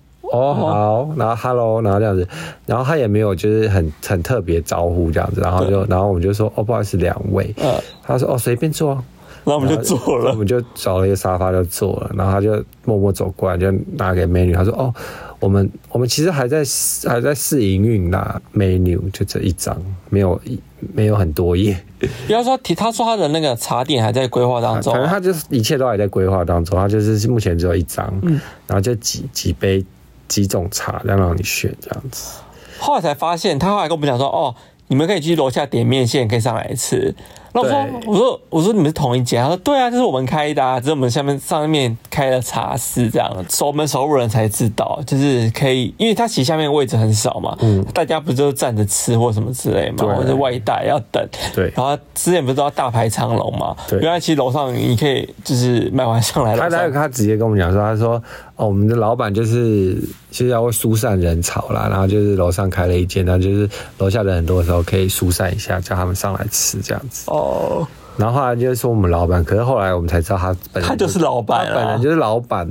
Speaker 1: 嗯
Speaker 3: 哦，好，然后 hello，然后这样子，然后他也没有就是很很特别招呼这样子，然后就，然后我们就说，哦，不好意思，两位，
Speaker 1: 嗯，
Speaker 3: 他说，哦，随便坐啊，
Speaker 1: 那我们就做
Speaker 3: 然后我
Speaker 1: 了。
Speaker 3: 们就找了一个沙发就坐了，然后他就默默走过来，就拿给美女，他说：“哦，我们我们其实还在试还在试营运啦，美女就这一张，没有一没有很多页，
Speaker 1: 不要说提，他说他的那个茶点还在规划当中
Speaker 3: 反正
Speaker 1: 啊、
Speaker 3: 他就是一切都还在规划当中，他就是目前只有一张，然后就几几杯几种茶，这样让你选这样子。
Speaker 1: 后来才发现，他后来跟我们讲说，哦，你们可以去楼下点面线，可以上来吃。那我说，
Speaker 3: 对
Speaker 1: 我说，我说你们是同一家？他说，对啊，这是我们开的、啊，只是我们下面上面开了茶室这样，熟门熟路人才知道，就是可以，因为他其实下面位置很少嘛，大家不就站着吃或什么之类嘛，
Speaker 3: 嗯对
Speaker 1: 或者外带要等，
Speaker 3: 对
Speaker 1: 然后之前不是都要大排长龙嘛，
Speaker 3: 对
Speaker 1: 原来其实楼上你可以就是卖完上来
Speaker 3: 他
Speaker 1: 楼
Speaker 3: 他
Speaker 1: 上
Speaker 3: 他直接跟我们讲说，他说哦，我们的老板就是就是要会疏散人潮啦，然后就是楼上开了一间，然后就是楼下人很多的时候可以疏散一下，叫他们上来吃这样子。
Speaker 1: 哦，
Speaker 3: 然后后来就是说我们老板，可是后来我们才知道他本人
Speaker 1: 他就是老板
Speaker 3: 本
Speaker 1: 啊
Speaker 3: 人，就是老板，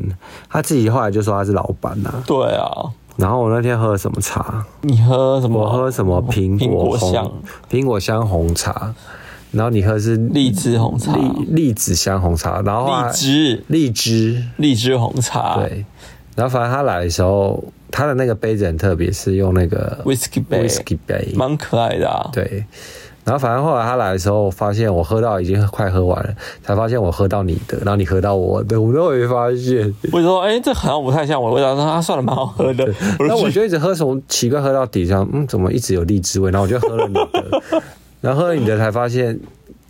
Speaker 3: 他自己后来就说他是老板呐、啊。
Speaker 1: 对啊。
Speaker 3: 然后我那天喝了什么茶？
Speaker 1: 你喝什么？
Speaker 3: 我喝什么苹
Speaker 1: 哦苹
Speaker 3: 果
Speaker 1: 果
Speaker 3: 红
Speaker 1: 香、
Speaker 3: 苹果香红茶，然后你喝是
Speaker 1: 荔枝红茶、
Speaker 3: 荔荔枝香红茶，然后后来
Speaker 1: 荔枝、
Speaker 3: 荔枝
Speaker 1: 荔枝红茶，
Speaker 3: 对，然后反正他来的时候，他的那个杯子很特别，是用那个
Speaker 1: Whisky 杯
Speaker 3: whisky 杯，
Speaker 1: 蛮可爱的啊。
Speaker 3: 对。然后反正后来他来的时候，发现我喝到已经快喝完了，才发现我喝到你的，然后你喝到我的，我都没发现。
Speaker 1: 我就说，哎、这好像不太像我的味道。说啊，算了，蛮好喝的。 我
Speaker 3: 那我
Speaker 1: 去
Speaker 3: 就一直喝，从奇怪喝到底上，嗯，怎么一直有荔枝味？然后我就喝了你的， 然后喝了你的才发现，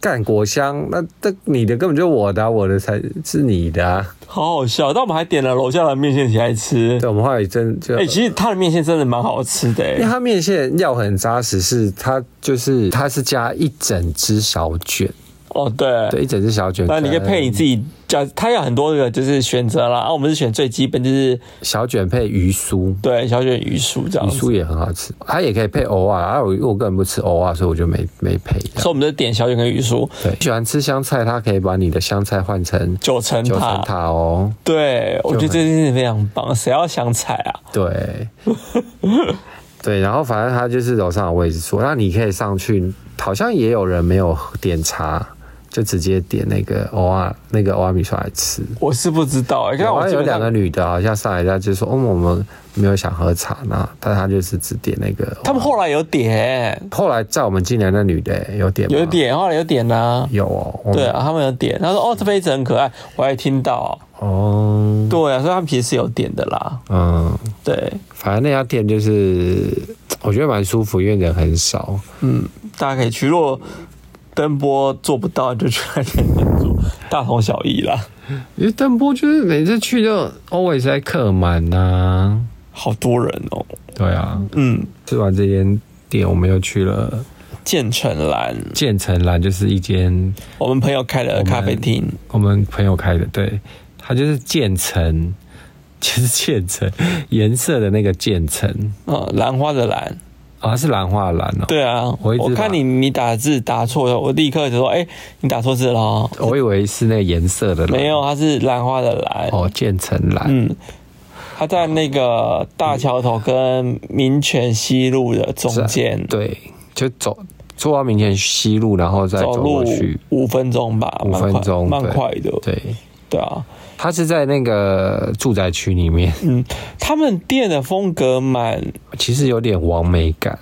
Speaker 3: 干果香，那这你的根本就我的啊、我的才是你的、啊。
Speaker 1: 好好笑。但我们还点了楼下的面线起来吃。
Speaker 3: 对，我们后来真就
Speaker 1: 哎、其实他的面线真的蛮好吃的、
Speaker 3: 因为
Speaker 1: 哎
Speaker 3: 它面线料很扎实，是它就是它是加一整只小卷，
Speaker 1: 哦，对。
Speaker 3: 对，一整只小卷。
Speaker 1: 那你可以配你自己加，它有很多个就是选择啦。啊，我们是选最基本，就是
Speaker 3: 小卷配鱼酥，
Speaker 1: 对小卷鱼酥这样
Speaker 3: 鱼
Speaker 1: 子。
Speaker 3: 酥也很好吃，它也可以配藕啊。啊，我我个人不吃藕啊，所以我就没没配。
Speaker 1: 所以我们就点小卷跟鱼酥，
Speaker 3: 对，喜欢吃香菜，它可以把你的香菜换成
Speaker 1: 九层
Speaker 3: 九
Speaker 1: 塔。
Speaker 3: 层塔哦。
Speaker 1: 对，我觉得
Speaker 3: 就
Speaker 1: 这件事非常棒。谁要香菜啊？
Speaker 3: 对，对，然后反正它就是楼上有位置坐，那你可以上去，好像也有人没有点茶，就直接点那个藕啊，那个藕啊米刷来吃。
Speaker 1: 我是不知道、哎，刚刚
Speaker 3: 然
Speaker 1: 我
Speaker 3: 后
Speaker 1: 基
Speaker 3: 有
Speaker 1: 本上
Speaker 3: 两个女的，好像上来一下就说：“哦，我们没有想喝茶呢。”但她就是只点那个。
Speaker 1: 他们后来有点，
Speaker 3: 后来在我们进来那女的有点吗
Speaker 1: 有点，后来有点呢、
Speaker 3: 有哦，我们
Speaker 1: 对啊，他们有点。他说：“哦，这杯子很可爱。”我还听到。
Speaker 3: 哦，
Speaker 1: 对啊，所以他们其实是有点的啦。
Speaker 3: 嗯，
Speaker 1: 对，
Speaker 3: 反正那家店就是我觉得蛮舒服，因为人很少。
Speaker 1: 大家可以去。如果登波做不到，就去那边做，大同小异啦。
Speaker 3: 因为邓波就是每次去就 always 在客满呐、
Speaker 1: 好多人哦。
Speaker 3: 对啊，
Speaker 1: 嗯，
Speaker 3: 吃完这间店，我们又去了
Speaker 1: 建成蓝，
Speaker 3: 建成兰，就是一间
Speaker 1: 我们朋友开的咖啡厅，
Speaker 3: 我们朋友开的，对，它就是渐层， 就是渐层颜色的那个渐层
Speaker 1: 嗯，兰花的兰。
Speaker 3: 啊，它是兰花的兰哦。，
Speaker 1: 对啊，
Speaker 3: 我一
Speaker 1: 我
Speaker 3: 直把
Speaker 1: 看你你打字打错了，我立刻就说：“哎、你打错字了哦。
Speaker 3: 我以为是那个颜色的兰，
Speaker 1: 没有，它是兰花的兰。
Speaker 3: 哦，渐层兰。
Speaker 1: 嗯，它在那个大桥头跟民权西路的中间，
Speaker 3: 啊对，就走坐到明天西路，然后再
Speaker 1: 走
Speaker 3: 走
Speaker 1: 路
Speaker 3: 过去。
Speaker 1: 五分钟吧，
Speaker 3: 五
Speaker 1: 蛮快
Speaker 3: 分钟
Speaker 1: 蛮
Speaker 3: 对
Speaker 1: 快的，
Speaker 3: 对，
Speaker 1: 对啊，
Speaker 3: 它是在那个住宅区里面，
Speaker 1: 嗯，他们店的风格蛮
Speaker 3: 其实有点完美感，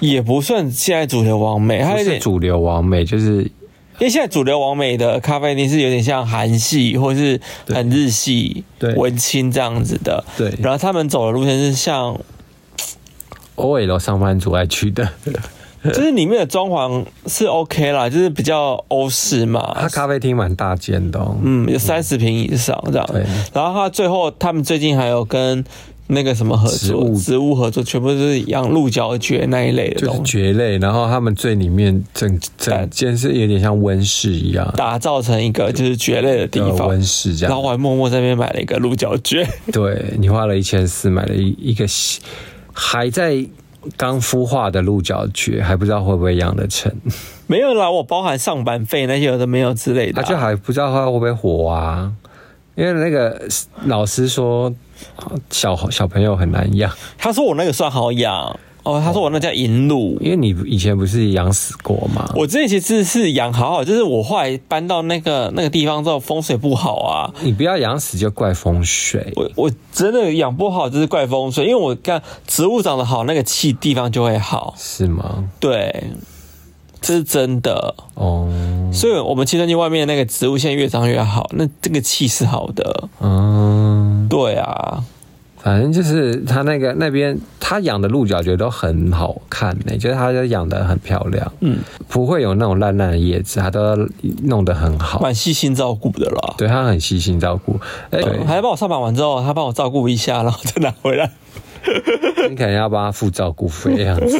Speaker 1: 也不算现在主流完美，它有
Speaker 3: 不是
Speaker 1: 点，
Speaker 3: 主流完美，就是
Speaker 1: 因为现在主流完美的咖啡厅是有点像韩系或是很日系、
Speaker 3: 对
Speaker 1: 文青这样子的，
Speaker 3: 对
Speaker 1: 然后他们走的路线是 像，
Speaker 3: OL 上班族爱去的。
Speaker 1: 啊就是里面的装潢是 OK 啦，就是比较欧式嘛，
Speaker 3: 它咖啡厅蛮大间的、哦，
Speaker 1: 嗯，有三十平以上这样
Speaker 3: 对。
Speaker 1: 然后他最后他们最近还有跟那个什么合
Speaker 3: 植
Speaker 1: 作，
Speaker 3: 物
Speaker 1: 植物合作，全部都是养鹿角蕨那一类的
Speaker 3: 就是
Speaker 1: 东西，
Speaker 3: 蕨类，然后他们最里面整整间是有点像温室一样
Speaker 1: 打造成一个就是蕨类的地
Speaker 3: 的
Speaker 1: 方。
Speaker 3: 温室这
Speaker 1: 然后啊我
Speaker 3: 样。
Speaker 1: 还默默在那边买了一个鹿角蕨，
Speaker 3: 对你花了一千四买了一一个西还在刚孵化的鹿角蕨，还不知道会不会养得成，
Speaker 1: 没有啦，我包含上班费那些有的没有之类的
Speaker 3: 它
Speaker 1: 啊、
Speaker 3: 就还不知道它会不会活啊。因为那个老师说，小小朋友很难养，
Speaker 1: 他说我那个算好养哦，他说我那叫银鹿。
Speaker 3: 因为你以前不是养死过吗？
Speaker 1: 我之前其实是养好好，就是我后来搬到那个那个地方之后，风水不好啊，
Speaker 3: 你不要养死就怪风水，
Speaker 1: 我我真的养不好，就是怪风水，因为我看植物长得好，那个气地方就会好，
Speaker 3: 是吗？
Speaker 1: 对，这是真的。
Speaker 3: 哦、
Speaker 1: 所以我们青春期外面那个植物现在越长越好，那这个气是好的，
Speaker 3: 嗯，
Speaker 1: 对啊，
Speaker 3: 反正就是他那个那边他养的鹿角蕨都很好看呢、就是他就养的很漂亮，
Speaker 1: 嗯，
Speaker 3: 不会有那种烂烂的叶子，他都弄得很好，
Speaker 1: 蛮细心照顾的啦。
Speaker 3: 对他很细心照顾。哎、
Speaker 1: 嗯还帮我上榜完之后，他帮我照顾一下，然后再拿回来。
Speaker 3: 你可能要帮他付照顾费这样子，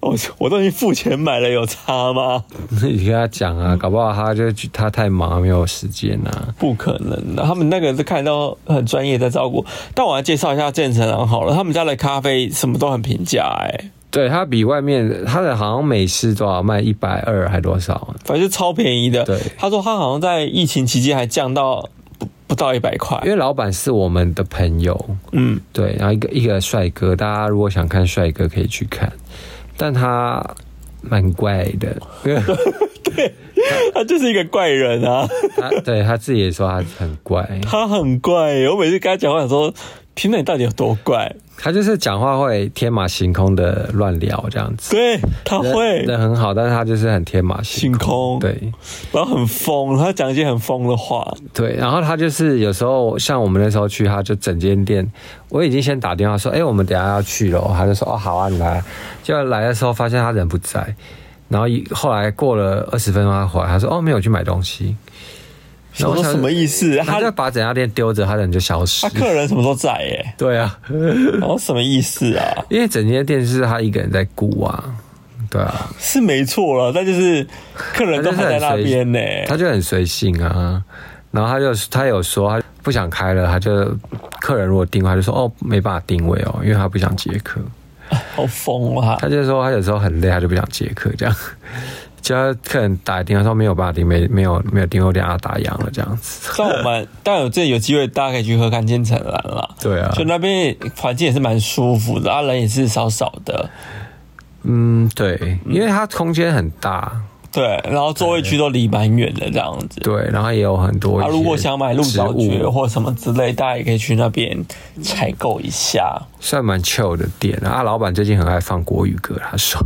Speaker 1: 我我都已经付钱买了，有差吗？
Speaker 3: 你跟他讲啊，搞不好他就他太忙没有时间啊。
Speaker 1: 不可能的，他们那个是看到很专业在照顾。但我来介绍一下建成郎好了，他们家的咖啡什么都很平价哎、
Speaker 3: 对他比外面他的好像美式多少卖一百二还多少啊？
Speaker 1: 反正就超便宜的。
Speaker 3: 对
Speaker 1: 他说他好像在疫情期间还降到不不到一百块
Speaker 3: 因。为老板是我们的朋友，
Speaker 1: 嗯，
Speaker 3: 对，然后一个一个帅哥，大家如果想看帅哥可以去看，但他蛮怪的， 因为
Speaker 1: 他就是一个怪人啊，
Speaker 3: 他对他自己也说他很怪，
Speaker 1: 他很怪耶、我每次跟他讲话，想说天哪，你到底有多怪？
Speaker 3: 他就是讲话会天马行空的乱聊这样子，
Speaker 1: 对，他会
Speaker 3: 人，人很好，但是他就是很天马行
Speaker 1: 行空
Speaker 3: 空，对
Speaker 1: 然后很疯，他讲一些很疯的话。
Speaker 3: 对，然后他就是有时候像我们那时候去，他就整间店，我已经先打电话说，哎、我们等一下要去了，他就说哦好啊，你来，结果来的时候发现他人不在。然后一后来过了二十分钟，他回来，他说：“哦，没有去买东西。”
Speaker 1: 什
Speaker 3: 我
Speaker 1: 么
Speaker 3: 想
Speaker 1: 什么意思？
Speaker 3: 他就
Speaker 1: 他
Speaker 3: 把整家店丢着，他人就消失
Speaker 1: 他。客人什么时候在耶、
Speaker 3: 对啊，
Speaker 1: 然后什么意思啊？
Speaker 3: 因为整间店是他一个人在顾啊，对啊，
Speaker 1: 是没错了，但就是客人
Speaker 3: 他
Speaker 1: 都
Speaker 3: 就是
Speaker 1: 还在
Speaker 3: 很
Speaker 1: 那
Speaker 3: 随
Speaker 1: 边呢、
Speaker 3: 他就很随性啊。然后他就他有说他不想开了，他就客人如果定位，他就说哦没办法定位哦，因为他不想接客。
Speaker 1: 好疯啊！
Speaker 3: 他就说他有时候很累，他就不想接客这样。就他客人打电话说没有办法定，没没有没有定位，电话打烊了这样 子。
Speaker 1: 但我们，但有这有机会，大家可以去喝看千层兰啦。
Speaker 3: 对啊
Speaker 1: 就那边环境也是蛮舒服的，啊，人也是少少的，
Speaker 3: 嗯，对，因为他空间很大，
Speaker 1: 对，然后座位区都离蛮远的这样子。
Speaker 3: 对，然后也有很多一
Speaker 1: 啊，
Speaker 3: 些
Speaker 1: 如果想买鹿角
Speaker 3: 植
Speaker 1: 蕨
Speaker 3: 物
Speaker 1: 或什么之类，大家也可以去那边采购一下。
Speaker 3: 算蛮 chill 的店啊。啊老板最近很爱放国语歌，他说，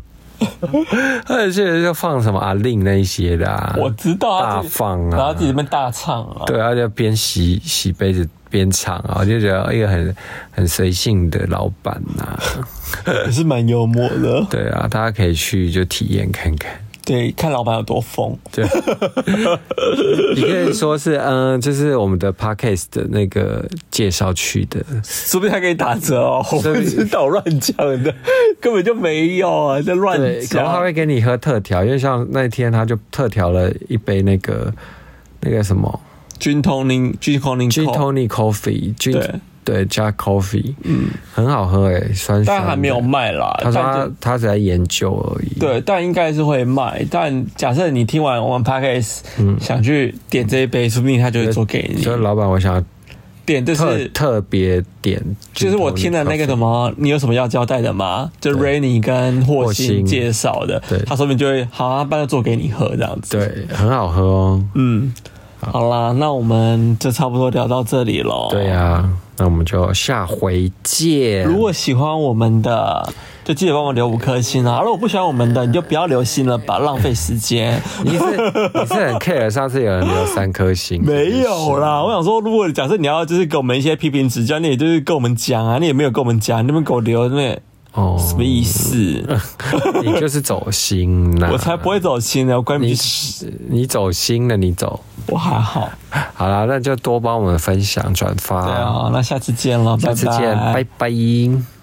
Speaker 3: 而且就放什么阿令那一些的、啊，
Speaker 1: 我知道啊
Speaker 3: 大
Speaker 1: 自己
Speaker 3: 放
Speaker 1: 然后
Speaker 3: 啊
Speaker 1: 自，己这边大唱啊，
Speaker 3: 对，他就边洗洗杯子边唱啊，我就觉得一个很很随性的老板呐、
Speaker 1: 也是蛮幽默的。
Speaker 3: 对啊，大家可以去就体验看看。
Speaker 1: 对，看老板有多疯。
Speaker 3: 对，你可以说是嗯、就是我们的 podcast 的那个介绍区的，
Speaker 1: 说不定还可以打折 哦，我不
Speaker 3: 说不定
Speaker 1: 知道乱讲的， 根本就没有啊，在乱
Speaker 3: 对，然后他
Speaker 1: 讲。
Speaker 3: 会给你喝特调，因为像那天他就特调了一杯那个那个什么
Speaker 1: 君通宁，君通宁
Speaker 3: Gin Tony Coffee，Gin
Speaker 1: 对
Speaker 3: 对加 Coffee，嗯，很好喝诶、酸酸的。
Speaker 1: 但还没有卖啦。
Speaker 3: 他说
Speaker 1: 但
Speaker 3: 他
Speaker 1: 就
Speaker 3: 他只在研究而已。
Speaker 1: 对，但应该是会卖。但假设你听
Speaker 3: 嗯
Speaker 1: 完我们 podcast，、想去点这一杯，说不定他就会做给你。
Speaker 3: 所以老板，我想要
Speaker 1: 点就
Speaker 3: 特
Speaker 1: 是
Speaker 3: 特别点，
Speaker 1: 就是我听了那个什么，你有什么要交代的吗？就 Rainy 跟霍
Speaker 3: 霍
Speaker 1: 星
Speaker 3: 星
Speaker 1: 介绍的
Speaker 3: 对，
Speaker 1: 他说明就会好啊，搬来做给你喝这样子。，
Speaker 3: 对，很好喝哦。
Speaker 1: 嗯，好啦，那我们就差不多聊到这里喽。
Speaker 3: 对呀、那我们就下回见。
Speaker 1: 如果喜欢我们的，就记得帮我留五颗星啊！如果不喜欢我们的，你就不要留星了吧，浪费时间。
Speaker 3: 你是你是很 care 上次有人留三颗星，
Speaker 1: 没有啦，我想说，如果假设你要就是给我们一些批评指教，你也就是跟我们讲啊，你也没有跟我们讲，你们给我留那
Speaker 3: 哦，
Speaker 1: 什么意思？
Speaker 3: 你就是走心啦。
Speaker 1: 我才不会走心呢，我关你
Speaker 3: 你
Speaker 1: 屁事，
Speaker 3: 你走心了，你走。
Speaker 1: 我还好。
Speaker 3: 好啦，那就多帮我们分享转发。
Speaker 1: 啊对啊，那下次见了，
Speaker 3: 下次见，
Speaker 1: 拜
Speaker 3: 拜拜